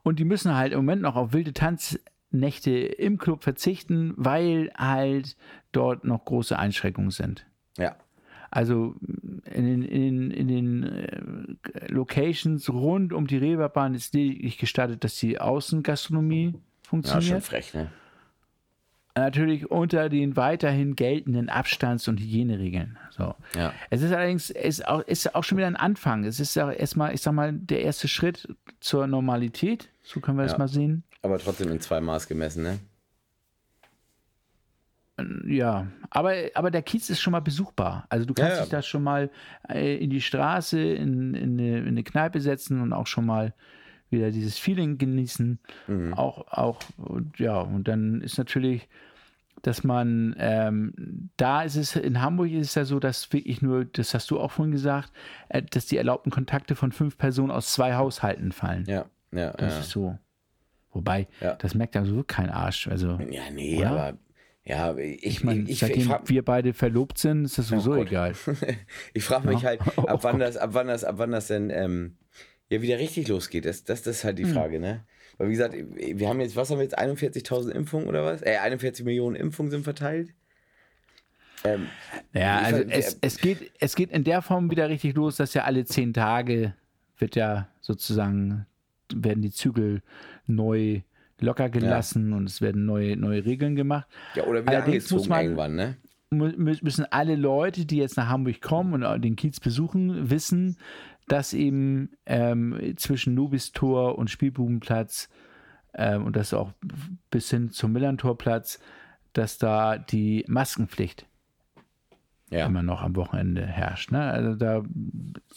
Speaker 1: Und die müssen halt im Moment noch auf wilde Tanznächte im Club verzichten, weil halt dort noch große Einschränkungen sind.
Speaker 3: Ja.
Speaker 1: Also in den, in, in den äh, Locations rund um die Reeperbahn ist lediglich gestattet, dass die Außengastronomie
Speaker 3: ja, schon
Speaker 1: funktioniert.
Speaker 3: frech, ne?
Speaker 1: Natürlich unter den weiterhin geltenden Abstands- und Hygieneregeln. So.
Speaker 3: Ja.
Speaker 1: Es ist allerdings ist auch, ist auch schon wieder ein Anfang. Es ist ja erstmal, ich sag mal, der erste Schritt zur Normalität. So können wir das
Speaker 3: Ja.
Speaker 1: mal sehen.
Speaker 3: Aber trotzdem in zwei Maß gemessen, ne?
Speaker 1: Ja, aber, aber der Kiez ist schon mal besuchbar. Also du kannst
Speaker 3: Ja, ja.
Speaker 1: dich da schon mal äh, in die Straße, in, in, eine, in eine Kneipe setzen und auch schon mal wieder dieses Feeling genießen.
Speaker 3: Mhm.
Speaker 1: Auch, auch, und ja, und dann ist natürlich, dass man, ähm, da ist es, in Hamburg ist es ja so, dass wirklich nur, das hast du auch vorhin gesagt, äh, dass die erlaubten Kontakte von fünf Personen aus zwei Haushalten fallen.
Speaker 3: Ja, ja,
Speaker 1: Das
Speaker 3: ja.
Speaker 1: ist so. Wobei,
Speaker 3: Ja.
Speaker 1: das merkt ja so kein Arsch. Also.
Speaker 3: Ja, nee,
Speaker 1: Oder?
Speaker 3: aber ja, ich, ich,
Speaker 1: Ich meine,
Speaker 3: ich, ich,
Speaker 1: seitdem
Speaker 3: frag,
Speaker 1: wir beide verlobt sind, ist das sowieso
Speaker 3: Gott.
Speaker 1: egal.
Speaker 3: ich frag mich
Speaker 1: Ja.
Speaker 3: halt,
Speaker 1: Oh
Speaker 3: ab wann das, ab wann das, ab wann das denn ähm, ja wieder richtig losgeht. Das, das, das ist
Speaker 1: Hm.
Speaker 3: halt die Frage, ne? Weil wie gesagt, wir haben jetzt, was haben wir jetzt, 41.000 Impfungen oder was? Äh, 41 Millionen Impfungen sind verteilt. Ähm,
Speaker 1: Ja,
Speaker 3: Ich
Speaker 1: also
Speaker 3: ver-
Speaker 1: es, es, geht, es geht in der Form wieder richtig los, dass ja alle zehn Tage wird ja sozusagen, werden die Zügel neu locker gelassen und es werden neue, neue Regeln gemacht.
Speaker 3: ja, oder wieder
Speaker 1: Allerdings muss
Speaker 3: angezogen
Speaker 1: man-
Speaker 3: irgendwann, ne?
Speaker 1: Mü- mü- müssen alle Leute, die jetzt nach Hamburg kommen und auch den Kiez besuchen, wissen, dass eben ähm, zwischen Nobistor und Spielbubenplatz ähm, und das auch bis hin zum Millantorplatz, dass da die Maskenpflicht
Speaker 3: Ja.
Speaker 1: immer noch am Wochenende herrscht. Ne? Also da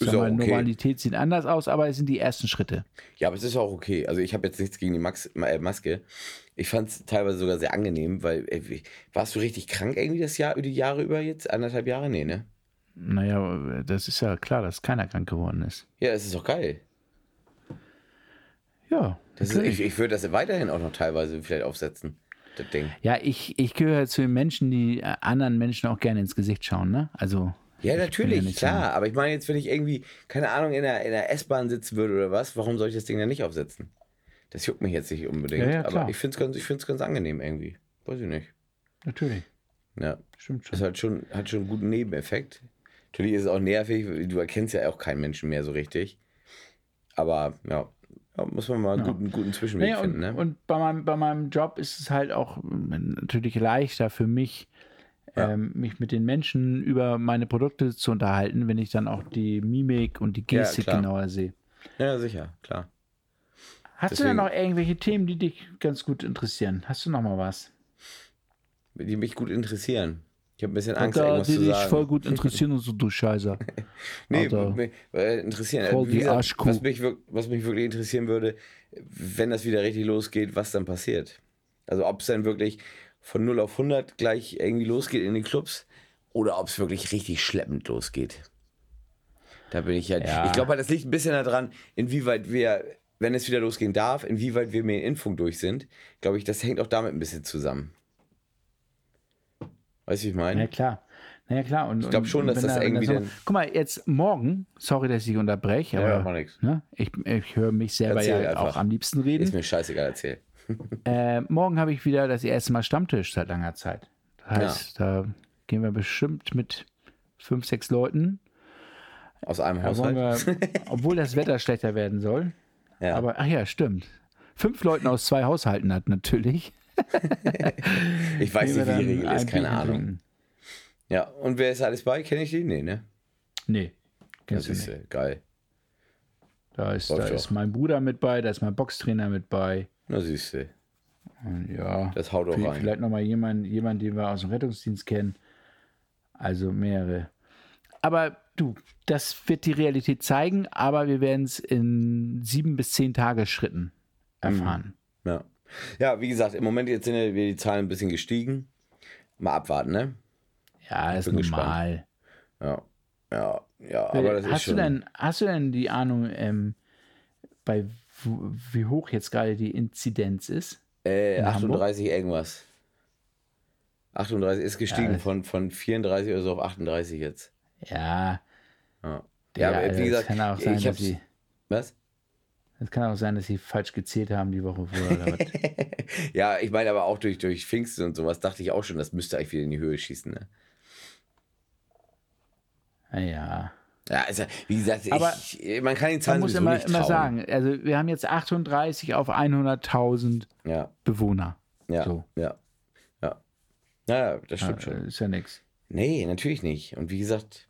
Speaker 1: sag
Speaker 3: auch
Speaker 1: mal,
Speaker 3: okay.
Speaker 1: Normalität sieht anders aus, aber es sind die ersten Schritte.
Speaker 3: Ja, aber es ist auch okay. Also ich habe jetzt nichts gegen die Max Ma- äh, Maske. Ich fand es teilweise sogar sehr angenehm, weil äh, wie- warst du richtig krank irgendwie das Jahr, die Jahre über jetzt? Anderthalb Jahre? Nee, ne?
Speaker 1: Naja, das ist ja klar, dass keiner krank geworden ist.
Speaker 3: Ja, das ist doch geil.
Speaker 1: Ja,
Speaker 3: Das ist,
Speaker 1: natürlich.
Speaker 3: ich ich würde das weiterhin auch noch teilweise vielleicht aufsetzen. das Ding.
Speaker 1: Ja, ich, ich gehöre halt zu den Menschen, die äh, anderen Menschen auch gerne ins Gesicht schauen, ne? Also. ich
Speaker 3: Ja,
Speaker 1: bin
Speaker 3: natürlich,
Speaker 1: nicht so-
Speaker 3: klar. Aber ich meine, jetzt, wenn ich irgendwie, keine Ahnung, in der, in der S-Bahn sitzen würde oder was, warum soll ich das Ding dann nicht aufsetzen? Das juckt mich jetzt nicht unbedingt.
Speaker 1: Ja, ja,
Speaker 3: aber
Speaker 1: klar.
Speaker 3: ich finde es ganz, ich find's ganz angenehm irgendwie. Weiß ich nicht.
Speaker 1: Natürlich,
Speaker 3: Ja.
Speaker 1: stimmt schon.
Speaker 3: Das halt hat schon, hat schon einen guten Nebeneffekt. Natürlich ist es auch nervig, du erkennst ja auch keinen Menschen mehr so richtig. Aber ja, da muss man mal einen
Speaker 1: Ja.
Speaker 3: guten, guten Zwischenweg
Speaker 1: Naja,
Speaker 3: finden.
Speaker 1: und,
Speaker 3: Ne?
Speaker 1: und bei, meinem, bei meinem Job ist es halt auch ähm, natürlich leichter für mich,
Speaker 3: Ja.
Speaker 1: ähm, mich mit den Menschen über meine Produkte zu unterhalten, wenn ich dann auch die Mimik und die
Speaker 3: Ja,
Speaker 1: Gestik
Speaker 3: klar.
Speaker 1: genauer sehe.
Speaker 3: ja, sicher, klar.
Speaker 1: Hast du
Speaker 3: Deswegen-
Speaker 1: da noch irgendwelche Themen, die dich ganz gut interessieren? Hast du noch mal was?
Speaker 3: Die mich gut interessieren. Ich habe ein bisschen Angst,
Speaker 1: Alter,
Speaker 3: irgendwas
Speaker 1: die
Speaker 3: zu
Speaker 1: dich
Speaker 3: sagen.
Speaker 1: voll gut interessieren und so, du Scheißer.
Speaker 3: Nee,
Speaker 1: Alter.
Speaker 3: mich, äh, interessieren.
Speaker 1: Voll
Speaker 3: Wie
Speaker 1: die
Speaker 3: gesagt,
Speaker 1: Arschkuh.
Speaker 3: was, mich, wirk- was mich wirklich interessieren würde, wenn das wieder richtig losgeht, was dann passiert. Also ob es dann wirklich von 0 auf 100 gleich irgendwie losgeht in den Clubs oder ob es wirklich richtig schleppend losgeht. Da bin ich halt.
Speaker 1: Ja.
Speaker 3: Ich glaube, halt, das liegt ein bisschen daran, inwieweit wir, wenn es wieder losgehen darf, inwieweit wir mit den Impfungen durch sind. Glaube ich, das hängt auch damit ein bisschen zusammen. Weißt du, wie ich meine?
Speaker 1: Na klar. Na ja, klar. Und, ich
Speaker 3: glaub schon, dass das irgendwie dann-
Speaker 1: Guck mal, jetzt morgen, sorry, dass ich unterbreche,
Speaker 3: Ja,
Speaker 1: aber
Speaker 3: macht nix.
Speaker 1: ne, ich, ich höre mich selber
Speaker 3: Erzähl
Speaker 1: ja
Speaker 3: einfach.
Speaker 1: auch am liebsten reden.
Speaker 3: Ist mir scheißegal, erzähl.
Speaker 1: Äh, morgen habe ich wieder das erste Mal Stammtisch seit langer Zeit. Das heißt, da gehen wir bestimmt mit fünf, sechs Leuten.
Speaker 3: Aus einem
Speaker 1: Da
Speaker 3: Haushalt.
Speaker 1: wollen wir, obwohl das Wetter schlechter werden soll.
Speaker 3: Ja.
Speaker 1: Aber, ach ja, stimmt. Fünf Leuten aus zwei Haushalten hat natürlich.
Speaker 3: Ich weiß
Speaker 1: Nehmen
Speaker 3: nicht, wie
Speaker 1: wir
Speaker 3: die
Speaker 1: dann
Speaker 3: Regel
Speaker 1: ein
Speaker 3: ist, keine
Speaker 1: Bierchen
Speaker 3: Ahnung.
Speaker 1: trinken.
Speaker 3: Ja, und wer ist alles bei? Kenne ich die? Nee, ne?
Speaker 1: Nee,
Speaker 3: Das
Speaker 1: kennst du
Speaker 3: ist
Speaker 1: nicht.
Speaker 3: geil.
Speaker 1: Da, ist, da
Speaker 3: Läuft
Speaker 1: ist
Speaker 3: doch.
Speaker 1: mein Bruder mit bei, da ist mein Boxtrainer mit bei.
Speaker 3: Na süße.
Speaker 1: Und ja,
Speaker 3: Das haut auch
Speaker 1: Vi-
Speaker 3: rein.
Speaker 1: Vielleicht nochmal jemand, jemand, den wir aus dem Rettungsdienst kennen. Also mehrere. Aber du, das wird die Realität zeigen, aber wir werden es in sieben bis zehn Tagesschritten erfahren.
Speaker 3: Ja. ja, wie gesagt, im Moment jetzt sind ja wieder die Zahlen ein bisschen gestiegen. Mal abwarten, ne?
Speaker 1: Ja, ist
Speaker 3: bin gespannt.
Speaker 1: normal. Äh,
Speaker 3: Ja. Ja, ja, aber das ist
Speaker 1: hast, du
Speaker 3: schon.
Speaker 1: denn, hast du denn die Ahnung, ähm, bei w- wie hoch jetzt gerade die Inzidenz ist?
Speaker 3: äh,
Speaker 1: in Hamburg?
Speaker 3: 38 irgendwas. 38 ist gestiegen
Speaker 1: das-
Speaker 3: von, von 34 oder so auf 38 jetzt.
Speaker 1: Ja,
Speaker 3: Ja,
Speaker 1: Digga,
Speaker 3: aber
Speaker 1: Alter, also
Speaker 3: wie
Speaker 1: das
Speaker 3: gesagt,
Speaker 1: kann auch sein,
Speaker 3: ich
Speaker 1: dass
Speaker 3: hab's.
Speaker 1: sie.
Speaker 3: Was?
Speaker 1: Es kann auch sein, dass sie falsch gezählt haben die Woche vorher. Oder was.
Speaker 3: Ja, ich meine aber auch durch, durch Pfingsten und sowas dachte ich auch schon, das müsste eigentlich wieder in die Höhe schießen, ne?
Speaker 1: Naja.
Speaker 3: Ja, also, wie gesagt,
Speaker 1: Aber
Speaker 3: ich, man kann den
Speaker 1: Man
Speaker 3: Zahlen
Speaker 1: muss
Speaker 3: sowieso
Speaker 1: immer,
Speaker 3: nicht trauen.
Speaker 1: immer sagen, also wir haben jetzt 38 auf 100.000
Speaker 3: Ja,
Speaker 1: Bewohner.
Speaker 3: ja,
Speaker 1: So.
Speaker 3: ja, ja. Naja, das
Speaker 1: Ja, äh.
Speaker 3: stimmt schon.
Speaker 1: ist ja nichts.
Speaker 3: Nee, natürlich nicht. Und wie gesagt,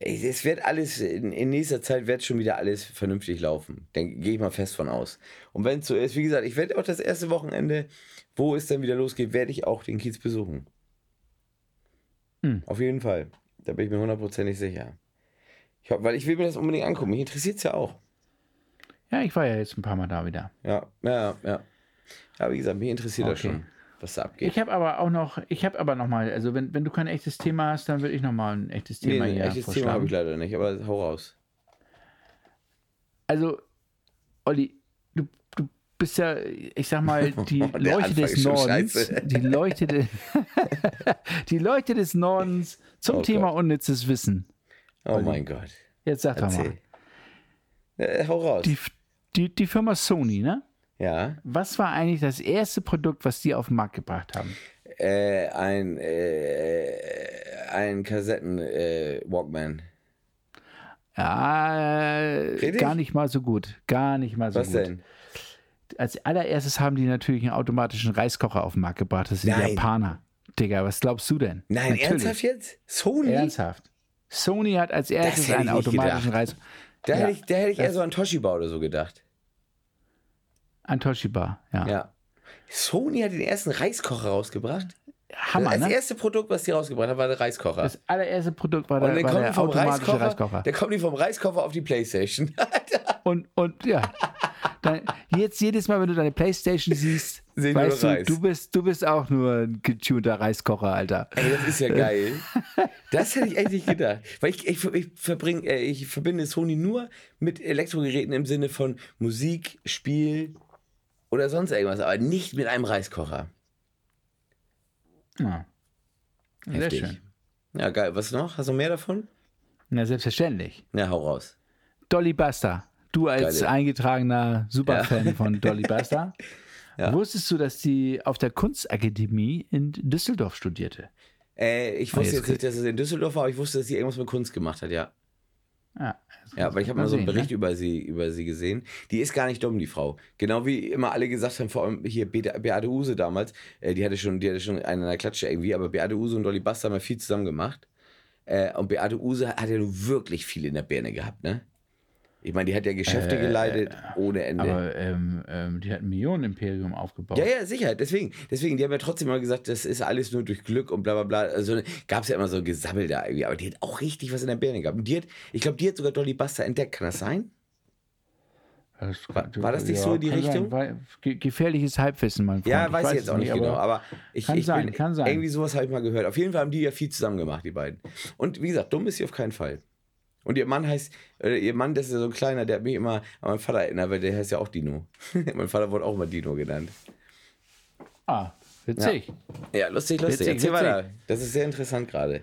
Speaker 3: ey, es wird alles, in, in nächster Zeit wird schon wieder alles vernünftig laufen. Dann gehe ich mal fest von aus. Und wenn es so ist, wie gesagt, ich werde auch das erste Wochenende, wo es dann wieder losgeht, werde ich auch den Kiez besuchen.
Speaker 1: Hm.
Speaker 3: Auf jeden Fall. Da bin ich mir hundertprozentig sicher. Ich hab, weil ich will mir das unbedingt angucken. Mich interessiert es ja auch.
Speaker 1: Ja, ich war ja jetzt ein paar Mal da wieder.
Speaker 3: Ja, ja, ja. Ja, wie gesagt, mich interessiert das
Speaker 1: Okay.
Speaker 3: schon, was da abgeht.
Speaker 1: Ich habe aber auch noch, ich habe aber noch mal, also wenn, wenn du kein echtes Thema hast, dann würde ich noch mal ein echtes
Speaker 3: nee,
Speaker 1: Thema
Speaker 3: nee,
Speaker 1: hier
Speaker 3: echtes
Speaker 1: vorschlagen.
Speaker 3: Thema habe ich leider nicht, aber hau raus.
Speaker 1: Also, Olli, du, du bist ja, ich sag mal, die
Speaker 3: Oh, Der
Speaker 1: Leuchte
Speaker 3: Anfang ist
Speaker 1: des
Speaker 3: schon
Speaker 1: Nordens,
Speaker 3: scheiße.
Speaker 1: die Leuchte, de, die Leuchte des Nordens zum
Speaker 3: Oh
Speaker 1: Thema
Speaker 3: Gott.
Speaker 1: unnützes Wissen.
Speaker 3: Oh mein Gott.
Speaker 1: Jetzt sag doch mal,
Speaker 3: Erzähl. Äh, hau raus.
Speaker 1: die, die, die Firma Sony, ne?
Speaker 3: ja.
Speaker 1: Was war eigentlich das erste Produkt, was die auf den Markt gebracht haben?
Speaker 3: Äh, ein, äh, ein Kassetten äh, Walkman.
Speaker 1: Ja, äh,
Speaker 3: Richtig?
Speaker 1: gar nicht mal so gut. Gar nicht mal so
Speaker 3: Was
Speaker 1: gut.
Speaker 3: denn?
Speaker 1: Als allererstes haben die natürlich einen automatischen Reiskocher auf den Markt gebracht. Das sind
Speaker 3: Nein.
Speaker 1: Japaner. Digga, was glaubst du denn?
Speaker 3: Nein,
Speaker 1: Natürlich.
Speaker 3: ernsthaft jetzt? Sony?
Speaker 1: Ernsthaft. Sony hat als erstes
Speaker 3: hätte ich
Speaker 1: einen
Speaker 3: nicht
Speaker 1: automatischen
Speaker 3: gedacht.
Speaker 1: Reiskocher.
Speaker 3: Da,
Speaker 1: Ja.
Speaker 3: hätte ich, da hätte ich eher
Speaker 1: Das-
Speaker 3: so an Toshiba oder so gedacht.
Speaker 1: An Toshiba, ja.
Speaker 3: Ja. Sony hat den ersten Reiskocher rausgebracht.
Speaker 1: Hammer,
Speaker 3: das
Speaker 1: ne?
Speaker 3: erste Produkt, was die rausgebracht haben, war der Reiskocher.
Speaker 1: Das allererste Produkt war
Speaker 3: und
Speaker 1: der,
Speaker 3: dann
Speaker 1: war
Speaker 3: kommen die
Speaker 1: der
Speaker 3: vom
Speaker 1: automatische
Speaker 3: Reiskocher,
Speaker 1: Reiskocher.
Speaker 3: Dann kommen die vom Reiskocher auf die Playstation.
Speaker 1: Und, und ja. Dann, jetzt jedes Mal, wenn du deine Playstation siehst,
Speaker 3: Sehen wir
Speaker 1: weißt
Speaker 3: nur
Speaker 1: du,
Speaker 3: Reis.
Speaker 1: du bist, du bist auch nur ein getunter Reiskocher, Alter.
Speaker 3: Ey, das
Speaker 1: Äh.
Speaker 3: ist ja geil. Das hätte ich echt nicht gedacht. Weil ich, ich, ich, verbring, äh, ich verbinde Sony nur mit Elektrogeräten im Sinne von Musik, Spiel oder sonst irgendwas, aber nicht mit einem Reiskocher.
Speaker 1: Ja. Sehr
Speaker 3: Heftig.
Speaker 1: schön.
Speaker 3: Ja, geil. Was noch? Hast du mehr davon?
Speaker 1: Na, selbstverständlich.
Speaker 3: Na, hau raus.
Speaker 1: Dolly Buster. Du als
Speaker 3: Geile.
Speaker 1: eingetragener Superfan von Dolly Buster.
Speaker 3: Ja.
Speaker 1: Wusstest du, dass die auf der Kunstakademie in Düsseldorf studierte?
Speaker 3: Äh, ich
Speaker 1: Ah,
Speaker 3: wusste
Speaker 1: jetzt
Speaker 3: jetzt nicht, dass es in Düsseldorf war, aber ich wusste, dass sie irgendwas mit Kunst gemacht hat, ja.
Speaker 1: Ja,
Speaker 3: Ja, weil ich habe
Speaker 1: Mal
Speaker 3: mal so einen
Speaker 1: sehen,
Speaker 3: Bericht
Speaker 1: ne?
Speaker 3: über, sie, über sie gesehen. Die ist gar nicht dumm, die Frau. Genau wie immer alle gesagt haben, vor allem hier Bete- Beate Use damals, äh, die hatte schon, die hatte schon einen an der Klatsche irgendwie, aber Beate Use und Dolly Buster haben ja viel zusammen gemacht. Äh, und Beate Use hat ja nun wirklich viel in der Birne gehabt, ne? Ich meine, die hat ja Geschäfte
Speaker 1: Äh,
Speaker 3: geleitet ohne Ende.
Speaker 1: Aber ähm, ähm, die hat ein Millionenimperium aufgebaut.
Speaker 3: Ja, ja, sicher. Deswegen, deswegen, die haben ja trotzdem immer gesagt, das ist alles nur durch Glück und bla bla bla. Also gab es ja immer so Gesabbel da irgendwie. Aber die hat auch richtig was in der Birne gehabt. Und die hat, ich glaube, die hat sogar Dolly Buster entdeckt. Kann das sein?
Speaker 1: Das-
Speaker 3: War- war das nicht so in die
Speaker 1: kann
Speaker 3: Richtung?
Speaker 1: Sein, weil, ge gefährliches Halbwissen, mein Freund.
Speaker 3: Ja, weiß, ich jetzt
Speaker 1: es
Speaker 3: auch nicht genau. Aber ich,
Speaker 1: kann
Speaker 3: ich
Speaker 1: sein,
Speaker 3: bin,
Speaker 1: kann sein.
Speaker 3: irgendwie sowas habe ich mal gehört. Auf jeden Fall haben die ja viel zusammen gemacht, die beiden. Und wie gesagt, dumm ist sie auf keinen Fall. Und ihr Mann heißt, äh, ihr Mann, das ist ja so ein kleiner, der hat mich immer an meinen Vater erinnert, weil der heißt ja auch Dino. mein Vater wurde auch mal Dino genannt.
Speaker 1: ah, witzig.
Speaker 3: Ja, lustig, lustig.
Speaker 1: Witzig, witzig.
Speaker 3: Erzähl weiter. Das ist sehr interessant gerade.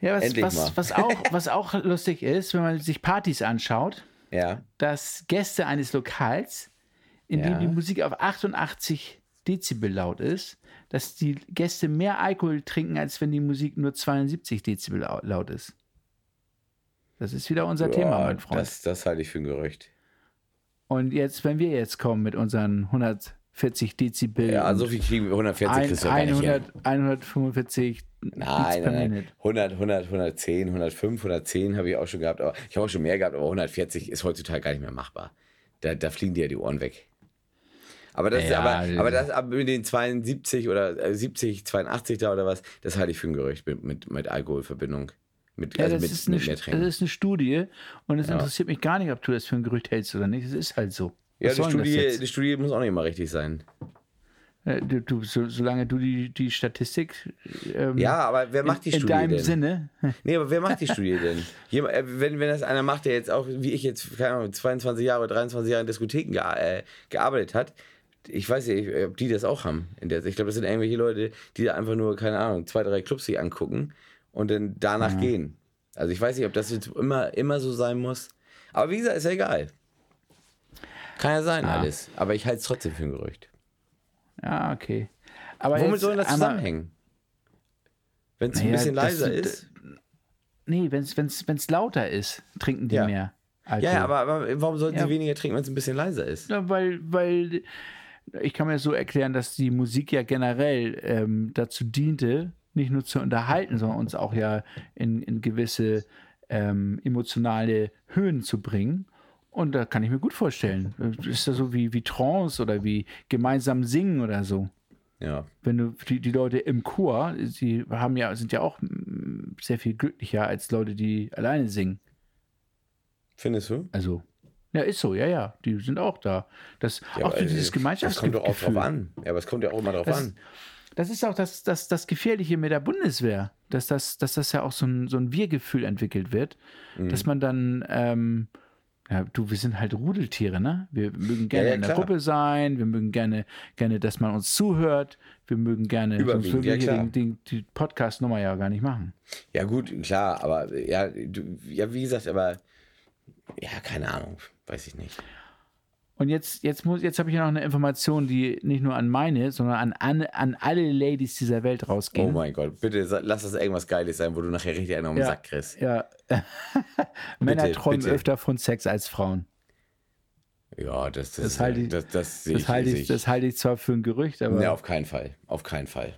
Speaker 1: Ja, was,
Speaker 3: Endlich mal.
Speaker 1: was, was, auch, was auch lustig ist, wenn man sich Partys anschaut,
Speaker 3: Ja.
Speaker 1: dass Gäste eines Lokals, in
Speaker 3: Ja.
Speaker 1: dem die Musik auf 88 Dezibel laut ist, dass die Gäste mehr Alkohol trinken, als wenn die Musik nur 72 Dezibel au- laut ist. Das ist wieder unser Thema,
Speaker 3: Ja,
Speaker 1: mein Freund.
Speaker 3: Das, das halte ich für ein Gerücht.
Speaker 1: Und jetzt, wenn wir jetzt kommen mit unseren 140 Dezibel,
Speaker 3: Ja, also
Speaker 1: und
Speaker 3: so viel kriegen wir. 140
Speaker 1: Ähm, ein,
Speaker 3: kriegst du ja gar nicht hin.
Speaker 1: 100, 145
Speaker 3: Nein,
Speaker 1: Beats per
Speaker 3: nein, nein.
Speaker 1: Minute.
Speaker 3: 100, 100, 110, 105, 110 habe ich auch schon gehabt. Aber ich habe auch schon mehr gehabt, aber 140 ist heutzutage gar nicht mehr machbar. Da, da fliegen dir ja die Ohren weg. Aber das, ist
Speaker 1: Ja,
Speaker 3: aber,
Speaker 1: also-
Speaker 3: aber das ab mit den 72 oder äh, 70, 82 da oder was, das halte ich für ein Gerücht mit, mit, mit Alkoholverbindung. Mit,
Speaker 1: Ja,
Speaker 3: also
Speaker 1: das,
Speaker 3: mit,
Speaker 1: ist eine,
Speaker 3: mit mehr
Speaker 1: das
Speaker 3: Trinken.
Speaker 1: ist eine Studie und es interessiert mich gar nicht, ob du das für ein Gerücht hältst oder nicht. Es ist halt so.
Speaker 3: Ja,
Speaker 1: Was
Speaker 3: die
Speaker 1: soll denn das
Speaker 3: Studie,
Speaker 1: jetzt?
Speaker 3: die Studie muss auch nicht immer richtig sein.
Speaker 1: Äh, Du, du, so, solange du die, die Statistik. Ähm,
Speaker 3: Ja, aber wer macht die
Speaker 1: in, in
Speaker 3: Studie
Speaker 1: deinem
Speaker 3: denn?
Speaker 1: Sinne.
Speaker 3: Nee, aber wer macht die Studie denn? Jemand, äh, wenn, wenn das einer macht, der jetzt auch, wie ich jetzt, keine Ahnung, 22 Jahre, 23 Jahre in Diskotheken gea- äh, gearbeitet hat, ich weiß nicht, ob die das auch haben. In der, ich glaube, das sind irgendwelche Leute, die da einfach nur, keine Ahnung, zwei, drei Clubs sich angucken und dann danach
Speaker 1: Mhm.
Speaker 3: gehen. Also ich weiß nicht, ob das jetzt immer, immer so sein muss. Aber wie gesagt, ist ja egal. Kann ja sein,
Speaker 1: Ah.
Speaker 3: alles. Aber ich halte es trotzdem für ein Gerücht.
Speaker 1: Ja, Ah, okay. Aber
Speaker 3: Womit
Speaker 1: jetzt
Speaker 3: soll das
Speaker 1: einmal-
Speaker 3: zusammenhängen? Wenn es ein
Speaker 1: Naja,
Speaker 3: bisschen
Speaker 1: das-
Speaker 3: leiser ist.
Speaker 1: Nee, wenn es wenn's, wenn's lauter ist, trinken die
Speaker 3: Ja.
Speaker 1: mehr. Alkohol.
Speaker 3: Ja, ja, aber, aber warum sollten
Speaker 1: Ja.
Speaker 3: sie weniger trinken, wenn es ein bisschen leiser ist?
Speaker 1: Na, weil, weil ich kann mir das so erklären, dass die Musik ja generell ähm, dazu diente, nicht nur zu unterhalten, sondern uns auch ja in, in gewisse ähm, emotionale Höhen zu bringen. Und da kann ich mir gut vorstellen. Das Ist ja so wie, wie Trance oder wie gemeinsam singen oder so.
Speaker 3: Ja.
Speaker 1: Wenn du die, die Leute im Chor, sie haben ja, sind ja auch mm, sehr viel glücklicher als Leute, die alleine singen.
Speaker 3: Findest du?
Speaker 1: Also, ja, ist so, ja, ja. Die sind auch da. Das,
Speaker 3: Ja,
Speaker 1: auch so
Speaker 3: aber,
Speaker 1: dieses
Speaker 3: äh, Das kommt doch auch drauf
Speaker 1: Gemeinschaftsgefühl.
Speaker 3: an. Ja, aber es kommt ja auch immer drauf
Speaker 1: Das,
Speaker 3: an.
Speaker 1: das ist auch das, das, das Gefährliche mit der Bundeswehr, dass das, dass das ja auch so ein, so ein Wir-Gefühl entwickelt wird,
Speaker 3: Mhm. Hm.
Speaker 1: dass man dann, ähm, ja, du, wir sind halt Rudeltiere, ne? Wir mögen gerne
Speaker 3: ja,
Speaker 1: in der
Speaker 3: klar.
Speaker 1: Gruppe sein, wir mögen gerne, gerne, dass man uns zuhört, wir mögen gerne,
Speaker 3: Überwiegend,
Speaker 1: würden wir
Speaker 3: ja,
Speaker 1: hier
Speaker 3: klar.
Speaker 1: den, den, die Podcast-Nummer ja gar nicht machen.
Speaker 3: Ja, gut, klar, aber äh, ja, du, ja, wie gesagt, aber ja, keine Ahnung. Weiß ich nicht.
Speaker 1: Und jetzt, jetzt, muss- jetzt habe ich ja noch eine Information, die nicht nur an meine, sondern an, an, an alle Ladies dieser Welt rausgeht.
Speaker 3: Oh mein Gott, bitte sa- lass das irgendwas Geiles sein, wo du nachher richtig einen auf den
Speaker 1: Ja.
Speaker 3: Sack kriegst.
Speaker 1: Ja. Männer träumen
Speaker 3: bitte.
Speaker 1: öfter von Sex als Frauen.
Speaker 3: Ja, das, das,
Speaker 1: Das halte ich-
Speaker 3: das, das sehe
Speaker 1: Das,
Speaker 3: ich.
Speaker 1: halte
Speaker 3: sehe
Speaker 1: ich, das halte ich zwar für ein Gerücht, aber
Speaker 3: Nee, auf keinen Fall. Auf keinen Fall.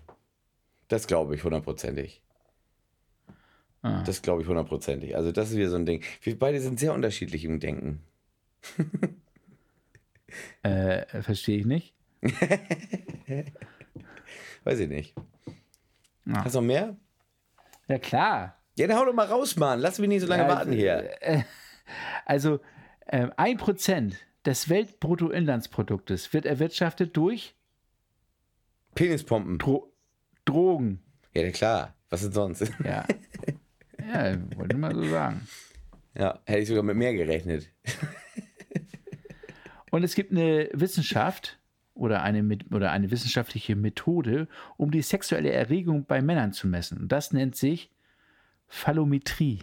Speaker 3: Das glaube ich hundertprozentig.
Speaker 1: Ah.
Speaker 3: Das glaube ich hundertprozentig. Also, das ist wieder so ein Ding. Wir beide sind sehr unterschiedlich im Denken.
Speaker 1: äh, verstehe ich nicht.
Speaker 3: Weiß ich nicht.
Speaker 1: Ja.
Speaker 3: Hast du noch mehr?
Speaker 1: Ja, klar.
Speaker 3: Ja, dann hau doch mal raus, Mann. Lass mich nicht so lange
Speaker 1: Ja,
Speaker 3: warten hier.
Speaker 1: Also ähm, 1% des Weltbruttoinlandsproduktes wird erwirtschaftet durch
Speaker 3: Penispumpen.
Speaker 1: Dro Drogen.
Speaker 3: Ja, na klar. Was denn sonst?
Speaker 1: Ja. ja, wollte ich mal so sagen.
Speaker 3: Ja, hätte ich sogar mit mehr gerechnet.
Speaker 1: Und es gibt eine Wissenschaft oder eine, mit, oder eine wissenschaftliche Methode, um die sexuelle Erregung bei Männern zu messen. Und das nennt sich Phallometrie.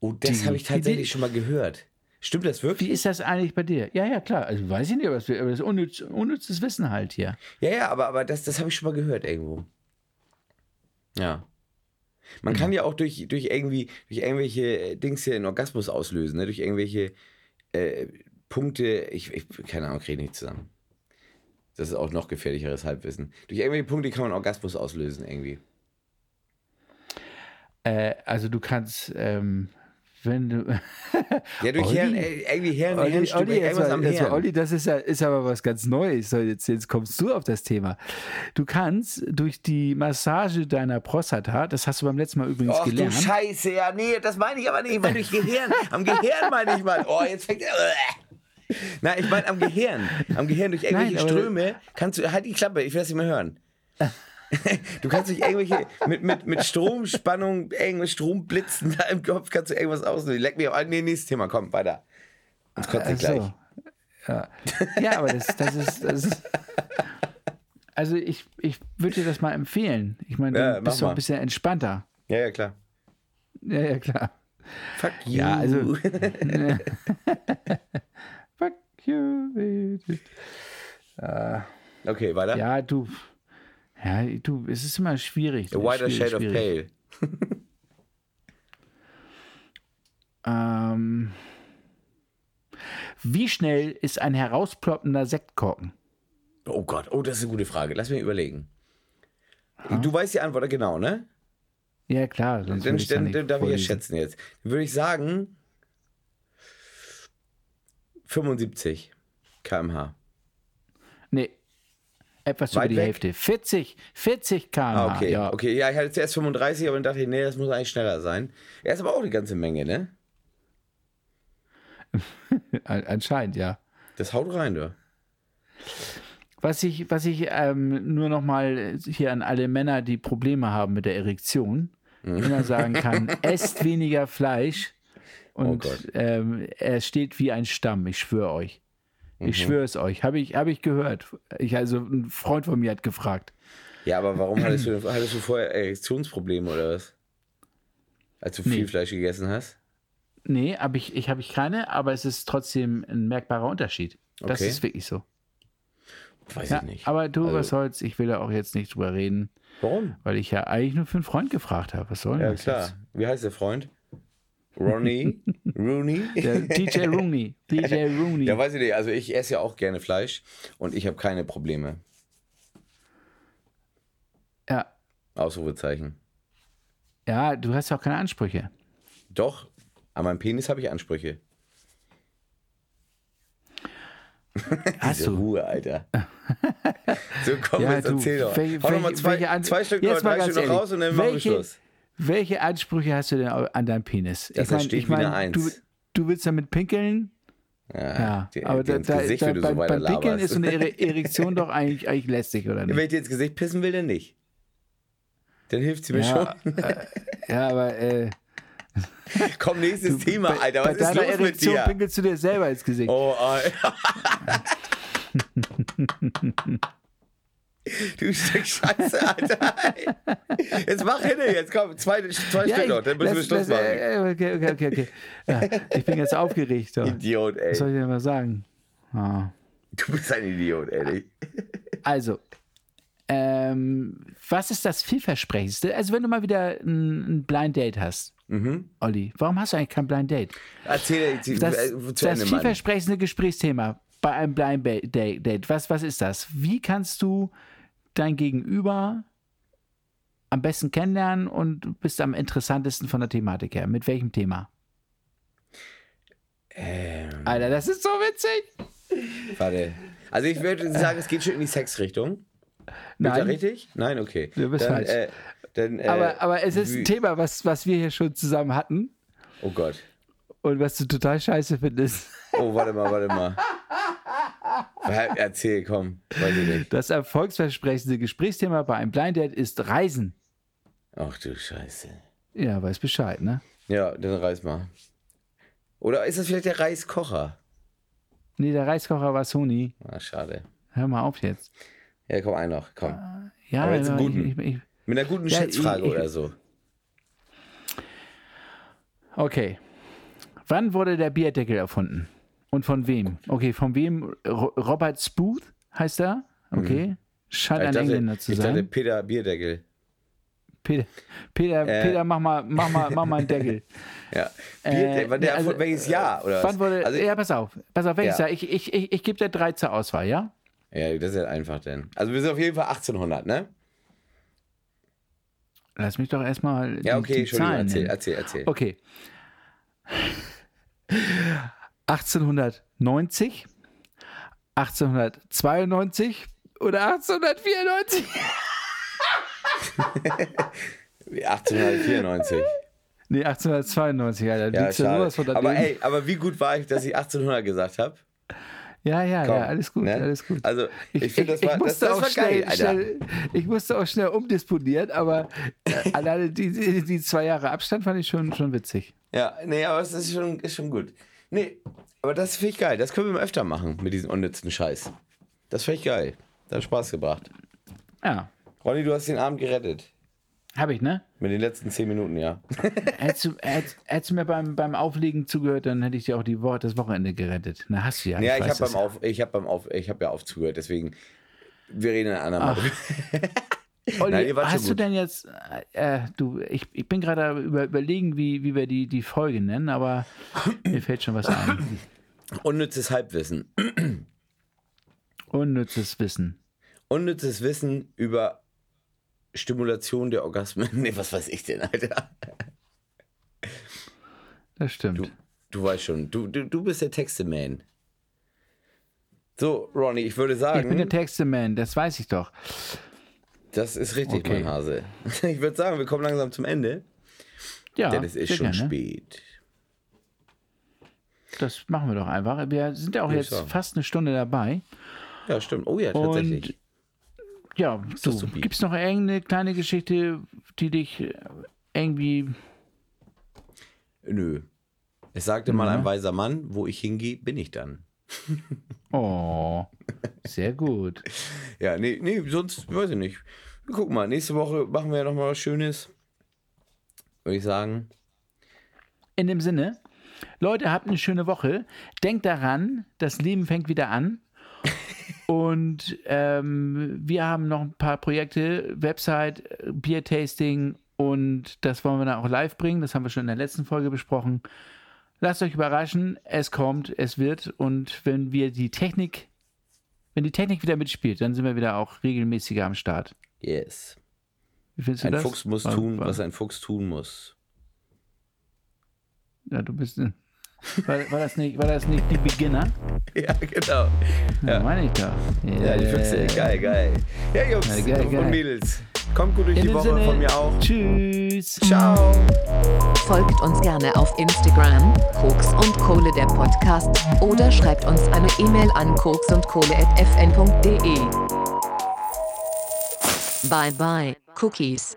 Speaker 3: Oh, das
Speaker 1: Die-
Speaker 3: habe ich
Speaker 1: die-
Speaker 3: tatsächlich schon mal gehört. Stimmt das
Speaker 1: Wie
Speaker 3: wirklich?
Speaker 1: ist das eigentlich bei dir? Ja, ja, klar. Also weiß ich nicht, aber das, aber das ist unnütz, unnützes Wissen halt hier.
Speaker 3: Ja, ja, aber, aber das, das habe ich schon mal gehört irgendwo. Ja. Man
Speaker 1: Mhm.
Speaker 3: kann ja auch durch, durch, irgendwie, durch irgendwelche äh, Dings hier einen Orgasmus auslösen, ne? durch irgendwelche äh, Punkte. Ich, ich, keine Ahnung, kriege ich nicht zusammen. Das ist auch noch gefährlicheres Halbwissen. Durch irgendwelche Punkte kann man einen Orgasmus auslösen, irgendwie.
Speaker 1: Äh, also du kannst, ähm, wenn du.
Speaker 3: Ja, durch
Speaker 1: Olli?
Speaker 3: Hirn, äh, irgendwie Hirn,
Speaker 1: Olli,
Speaker 3: Hirnstück,
Speaker 1: Olli, jetzt
Speaker 3: irgendwas
Speaker 1: mal,
Speaker 3: am
Speaker 1: jetzt mal,
Speaker 3: Hirn.
Speaker 1: Olli, das ist ja, ist aber was ganz Neues. So, Jetzt, jetzt kommst du auf das Thema. Du kannst durch die Massage deiner Prostata, das hast du beim letzten Mal übrigens
Speaker 3: Och du
Speaker 1: gelernt.
Speaker 3: Scheiße, ja, nee, das meine ich aber nicht. Ich meine durch Gehirn. Am Gehirn meine ich mal. Oh, jetzt fängt er. Nein, ich meine am Gehirn. Am Gehirn durch irgendwelche
Speaker 1: Nein, aber-
Speaker 3: Ströme kannst du. Halt die Klappe, ich will das nicht mehr hören. Du kannst durch irgendwelche, mit, mit, mit Stromspannung, irgendwelche Stromblitzen da im Kopf kannst du irgendwas auslösen. Leck mich auf. Nee, nächstes Thema, komm, weiter. Uns kotzt ich
Speaker 1: Ach
Speaker 3: gleich.
Speaker 1: so. Ja. ja, aber das, das ist. Das ist also ich, ich würde dir das mal empfehlen. Ich meine,
Speaker 3: Ja,
Speaker 1: dann bist
Speaker 3: mach
Speaker 1: du auch
Speaker 3: mal.
Speaker 1: ein bisschen entspannter.
Speaker 3: Ja, ja, klar.
Speaker 1: Ja, ja, klar.
Speaker 3: Fuck you.
Speaker 1: Ja, also- Fuck you.
Speaker 3: Okay, weiter.
Speaker 1: Ja, du. Ja, du, es ist immer schwierig.
Speaker 3: A wider
Speaker 1: schwierig,
Speaker 3: shade of
Speaker 1: schwierig.
Speaker 3: pale.
Speaker 1: Ähm, wie schnell ist ein herausploppender Sektkorken?
Speaker 3: Oh Gott, oh, das ist eine gute Frage. Lass mich überlegen. Du weißt die Antwort genau, ne?
Speaker 1: Ja, klar. sonst
Speaker 3: Dann,
Speaker 1: würde ich's ja
Speaker 3: dann,
Speaker 1: nicht
Speaker 3: dann darf ich ja
Speaker 1: vorlesen.
Speaker 3: schätzen jetzt. Dann würde ich sagen 75 km/h.
Speaker 1: Nee. Etwas
Speaker 3: Weit
Speaker 1: über die
Speaker 3: weg?
Speaker 1: Hälfte. 40, 40 km.
Speaker 3: Ah, okay.
Speaker 1: ja.
Speaker 3: okay. Ja, ich hatte zuerst 35, aber dann dachte ich, nee, das muss eigentlich schneller sein. Er ist aber auch eine ganze Menge, ne?
Speaker 1: An- Anscheinend, ja.
Speaker 3: Das haut rein, du.
Speaker 1: Was ich, was ich ähm, nur nochmal hier an alle Männer, die Probleme haben mit der Erektion,
Speaker 3: Mhm.
Speaker 1: immer sagen kann, esst weniger Fleisch und
Speaker 3: Oh Gott.
Speaker 1: ähm, er steht wie ein Stamm, ich schwöre euch. Ich
Speaker 3: Mhm.
Speaker 1: schwöre es euch. Habe ich, hab ich gehört. Ich, also ein Freund von mir hat gefragt.
Speaker 3: Ja, aber warum hattest du, hattest du vorher Erektionsprobleme oder was? Als du viel
Speaker 1: Nee.
Speaker 3: Fleisch gegessen hast?
Speaker 1: Nee, hab ich, ich habe ich keine, aber es ist trotzdem ein merkbarer Unterschied. Das
Speaker 3: Okay.
Speaker 1: ist wirklich so.
Speaker 3: Weiß
Speaker 1: Ja,
Speaker 3: ich nicht.
Speaker 1: aber du, was
Speaker 3: Also-
Speaker 1: soll's, ich will da auch jetzt nicht drüber reden,
Speaker 3: Warum?
Speaker 1: weil ich ja eigentlich nur für einen Freund gefragt habe. Was soll denn
Speaker 3: Ja,
Speaker 1: das
Speaker 3: klar.
Speaker 1: jetzt?
Speaker 3: Wie heißt der Freund? Ronnie? Rooney?
Speaker 1: Der DJ Rooney. DJ Rooney.
Speaker 3: Ja, weiß ich nicht. Also ich esse ja auch gerne Fleisch und ich habe keine Probleme.
Speaker 1: Ja,
Speaker 3: Ausrufezeichen.
Speaker 1: ja, du hast ja auch keine Ansprüche.
Speaker 3: Doch, an meinem Penis habe ich Ansprüche.
Speaker 1: Hast
Speaker 3: Diese
Speaker 1: du?
Speaker 3: Ruhe, Alter. So,
Speaker 1: Also.
Speaker 3: komm,
Speaker 1: Ja,
Speaker 3: jetzt
Speaker 1: du,
Speaker 3: erzähl doch.
Speaker 1: welche-
Speaker 3: Hau doch
Speaker 1: welche-
Speaker 3: mal
Speaker 1: welche
Speaker 3: zwei,
Speaker 1: An-
Speaker 3: zwei Stück
Speaker 1: Jetzt
Speaker 3: oder
Speaker 1: mal
Speaker 3: drei
Speaker 1: ganz
Speaker 3: Stück noch
Speaker 1: ehrlich,
Speaker 3: raus und dann machen wir
Speaker 1: welche-
Speaker 3: Schluss.
Speaker 1: Welche Ansprüche hast du denn an deinem Penis?
Speaker 3: Dass da steht wie eine Eins.
Speaker 1: du, du willst damit pinkeln?
Speaker 3: Ja,
Speaker 1: Ja,
Speaker 3: dir-
Speaker 1: aber
Speaker 3: dir
Speaker 1: da,
Speaker 3: ins
Speaker 1: da,
Speaker 3: Gesicht,
Speaker 1: da,
Speaker 3: wenn du so
Speaker 1: beim,
Speaker 3: weiter
Speaker 1: beim Pinkeln
Speaker 3: laberst.
Speaker 1: ist so eine Ere- Erektion doch eigentlich, eigentlich lästig, oder
Speaker 3: Wenn
Speaker 1: nicht?
Speaker 3: ich dir ins Gesicht pissen will, dann nicht. Dann hilft sie mir
Speaker 1: Ja,
Speaker 3: schon.
Speaker 1: Ja, aber äh,
Speaker 3: Komm, nächstes Thema, Alter.
Speaker 1: bei
Speaker 3: Was ist los
Speaker 1: deiner Erektion
Speaker 3: mit dir?
Speaker 1: pinkelst du dir selber ins Gesicht.
Speaker 3: Oh, Alter. du Stück Scheiße, Alter. Jetzt mach hin, jetzt komm. Zwei, zwei Stück noch, dann müssen wir
Speaker 1: lass-
Speaker 3: Schluss
Speaker 1: lass-
Speaker 3: machen.
Speaker 1: äh, Okay, okay, okay. okay. Ja, ich bin jetzt aufgeregt. So. Was
Speaker 3: Idiot, ey.
Speaker 1: soll ich denn mal sagen? Ah.
Speaker 3: Du bist ein Idiot, ehrlich.
Speaker 1: Also, ähm, was ist das vielversprechendste? Also, wenn du mal wieder ein, ein Blind Date hast, Olli, warum hast du eigentlich kein Blind Date?
Speaker 3: Erzähl dir
Speaker 1: Ah. Das,
Speaker 3: Mhm. äh, zu
Speaker 1: das
Speaker 3: Ende, Mann.
Speaker 1: vielversprechendste Gesprächsthema bei einem Blind Ba- Da- Date, was, was ist das? Wie kannst du dein Gegenüber am besten kennenlernen und bist am interessantesten von der Thematik her? Mit welchem Thema?
Speaker 3: Ähm,
Speaker 1: Alter, das ist so witzig.
Speaker 3: warte. Also ich würde sagen, es geht schon in die Sexrichtung. Bin ich da
Speaker 1: Äh. Nein.
Speaker 3: richtig? Nein, okay.
Speaker 1: Du bist
Speaker 3: dann,
Speaker 1: falsch.
Speaker 3: Äh, dann, äh,
Speaker 1: Aber, aber es ist
Speaker 3: wie-
Speaker 1: ein Thema, was, was wir hier schon zusammen hatten
Speaker 3: Oh Gott.
Speaker 1: und was du total scheiße findest.
Speaker 3: Oh, warte mal, warte mal. Wa- Erzähl, komm. Weiß ich nicht.
Speaker 1: Das erfolgsversprechendste Gesprächsthema bei einem Blind Date ist Reisen.
Speaker 3: Ach du Scheiße.
Speaker 1: Ja, weiß Bescheid, ne?
Speaker 3: Ja, dann reiß mal. Oder ist das vielleicht der Reiskocher?
Speaker 1: Nee, der Reiskocher war Sony.
Speaker 3: Ah, schade.
Speaker 1: Hör mal auf jetzt.
Speaker 3: Ja, komm, einen noch. Komm.
Speaker 1: Ja,
Speaker 3: Aber jetzt einen
Speaker 1: ich-
Speaker 3: guten.
Speaker 1: Ich, ich,
Speaker 3: Mit einer guten
Speaker 1: Ja,
Speaker 3: Schätzfrage
Speaker 1: ich- ich-
Speaker 3: oder so.
Speaker 1: okay. Wann wurde der Bierdeckel erfunden? Und von wem? Okay, von wem? Ro- Robert Spooth heißt er? Okay. Scheint
Speaker 3: Mhm.
Speaker 1: ein
Speaker 3: Ich
Speaker 1: Engländer
Speaker 3: dachte,
Speaker 1: zu
Speaker 3: ich dachte
Speaker 1: sein.
Speaker 3: Peter Bierdeckel.
Speaker 1: Peter, Peter,
Speaker 3: äh,
Speaker 1: Peter mach, mal, mach, mal, mach mal einen Deckel.
Speaker 3: Ja. Bierdeckel, wann der
Speaker 1: also,
Speaker 3: erfunden- welches Jahr? Oder
Speaker 1: Wann
Speaker 3: was?
Speaker 1: wurde,
Speaker 3: also,
Speaker 1: ja, pass auf, pass auf, welches
Speaker 3: Ja.
Speaker 1: Jahr? Ich, ich, ich, ich gebe dir drei zur Auswahl, ja?
Speaker 3: ja, das ist ja einfach denn. Also wir sind auf jeden Fall 1800, ne?
Speaker 1: Lass mich doch erstmal.
Speaker 3: Ja, okay, Entschuldigung,
Speaker 1: Zahlen ne?
Speaker 3: erzähl,
Speaker 1: nennen.
Speaker 3: erzähl, erzähl.
Speaker 1: Okay. 1890, 1892 oder 1894?
Speaker 3: 1894.
Speaker 1: Nee, 1892, ja, da
Speaker 3: Ja,
Speaker 1: liegst du sowas von
Speaker 3: schade.
Speaker 1: daneben.
Speaker 3: Aber ey, aber wie gut war ich, dass ich 1800 gesagt habe?
Speaker 1: ja, ja,
Speaker 3: Komm,
Speaker 1: ja, alles gut,
Speaker 3: ne?
Speaker 1: alles gut.
Speaker 3: Also, ich, finde, das war, das,
Speaker 1: musste
Speaker 3: das
Speaker 1: auch
Speaker 3: war geil,
Speaker 1: schnell,
Speaker 3: Alter.
Speaker 1: schnell, ich musste auch schnell umdisponieren, aber äh, alleine die, die, die zwei Jahre Abstand fand ich schon, schon witzig.
Speaker 3: Ja, nee, aber es ist schon, ist schon gut. Nee, aber das finde ich geil. Das können wir mal öfter machen mit diesem unnützen Scheiß. Das finde ich geil. Das hat Spaß gebracht.
Speaker 1: Ja,
Speaker 3: Ronny, du hast den Abend gerettet.
Speaker 1: habe ich, ne?
Speaker 3: Mit den letzten 10 Minuten, ja.
Speaker 1: Hättest du, hättest, hättest du mir beim, beim Auflegen zugehört, dann hätte ich dir auch die Wort, das Wochenende gerettet. Na, hast du ja.
Speaker 3: Ja, ich
Speaker 1: weiß
Speaker 3: habe
Speaker 1: das
Speaker 3: beim auf, ich habe beim auf, ich habe ja aufzugehört, deswegen wir reden ein andermal. drüber.
Speaker 1: Olli,
Speaker 3: Nein, ihr wart schon
Speaker 1: hast du
Speaker 3: gut.
Speaker 1: denn jetzt, äh, du, ich, ich bin gerade über, überlegen, wie, wie wir die, die Folge nennen, aber mir fällt schon was ein.
Speaker 3: Unnützes Halbwissen.
Speaker 1: Unnützes Wissen.
Speaker 3: Unnützes Wissen über Stimulation der Orgasmen. Nee, was weiß ich denn, Alter?
Speaker 1: Das stimmt.
Speaker 3: Du, du weißt schon, du, du, du bist der Texte-Man. So, Ronny, ich würde
Speaker 1: ich bin der
Speaker 3: sagen,
Speaker 1: Texteman, das weiß ich doch.
Speaker 3: das ist richtig,
Speaker 1: Okay.
Speaker 3: mein Hase. Ich würde sagen, wir kommen langsam zum Ende,
Speaker 1: Ja,
Speaker 3: denn es ist
Speaker 1: sehr
Speaker 3: schon
Speaker 1: gerne.
Speaker 3: spät.
Speaker 1: Das machen wir doch einfach. Wir sind ja auch
Speaker 3: Würde ich
Speaker 1: jetzt
Speaker 3: sagen.
Speaker 1: fast eine Stunde dabei.
Speaker 3: Ja, stimmt. Oh ja,
Speaker 1: Und-
Speaker 3: tatsächlich.
Speaker 1: Ja,
Speaker 3: das
Speaker 1: du,
Speaker 3: supi?
Speaker 1: gibt es noch irgendeine kleine Geschichte, die dich äh, irgendwie
Speaker 3: Nö. Es sagte mal
Speaker 1: Mhm.
Speaker 3: ein weiser Mann, wo ich hingehe, bin ich dann.
Speaker 1: Oh, sehr gut.
Speaker 3: Ja, nee, nee, sonst weiß ich nicht. Guck mal, nächste Woche machen wir ja nochmal was Schönes. Würde ich sagen.
Speaker 1: In dem Sinne, Leute, habt eine schöne Woche. Denkt daran, das Leben fängt wieder an. Und ähm, wir haben noch ein paar Projekte, Website, äh, Biertasting und das wollen wir dann auch live bringen. Das haben wir schon in der letzten Folge besprochen. Lasst euch überraschen, es kommt, es wird und wenn wir die Technik, wenn die Technik wieder mitspielt, dann sind wir wieder auch regelmäßiger am Start.
Speaker 3: Yes.
Speaker 1: Wie findest du
Speaker 3: Ein
Speaker 1: das?
Speaker 3: Fuchs muss
Speaker 1: War-
Speaker 3: tun,
Speaker 1: war-
Speaker 3: was ein Fuchs tun muss.
Speaker 1: Ja, du bist. äh, War, war, das nicht, war das nicht die Beginner?
Speaker 3: Ja, genau.
Speaker 1: Ja, meine ich doch.
Speaker 3: Ja, die Füchse. Geil, geil. Ja, Jungs
Speaker 1: Ja, geil,
Speaker 3: und
Speaker 1: geil.
Speaker 3: Mädels. Kommt gut durch
Speaker 1: In
Speaker 3: die
Speaker 1: dem
Speaker 3: Woche
Speaker 1: Sinne,
Speaker 3: von mir auch.
Speaker 1: Tschüss.
Speaker 3: Ciao.
Speaker 2: Folgt uns gerne auf Instagram, Koks und Kohle der Podcast, oder schreibt uns eine E-Mail an koks und Kohle@fn.de. Bye bye, Cookies.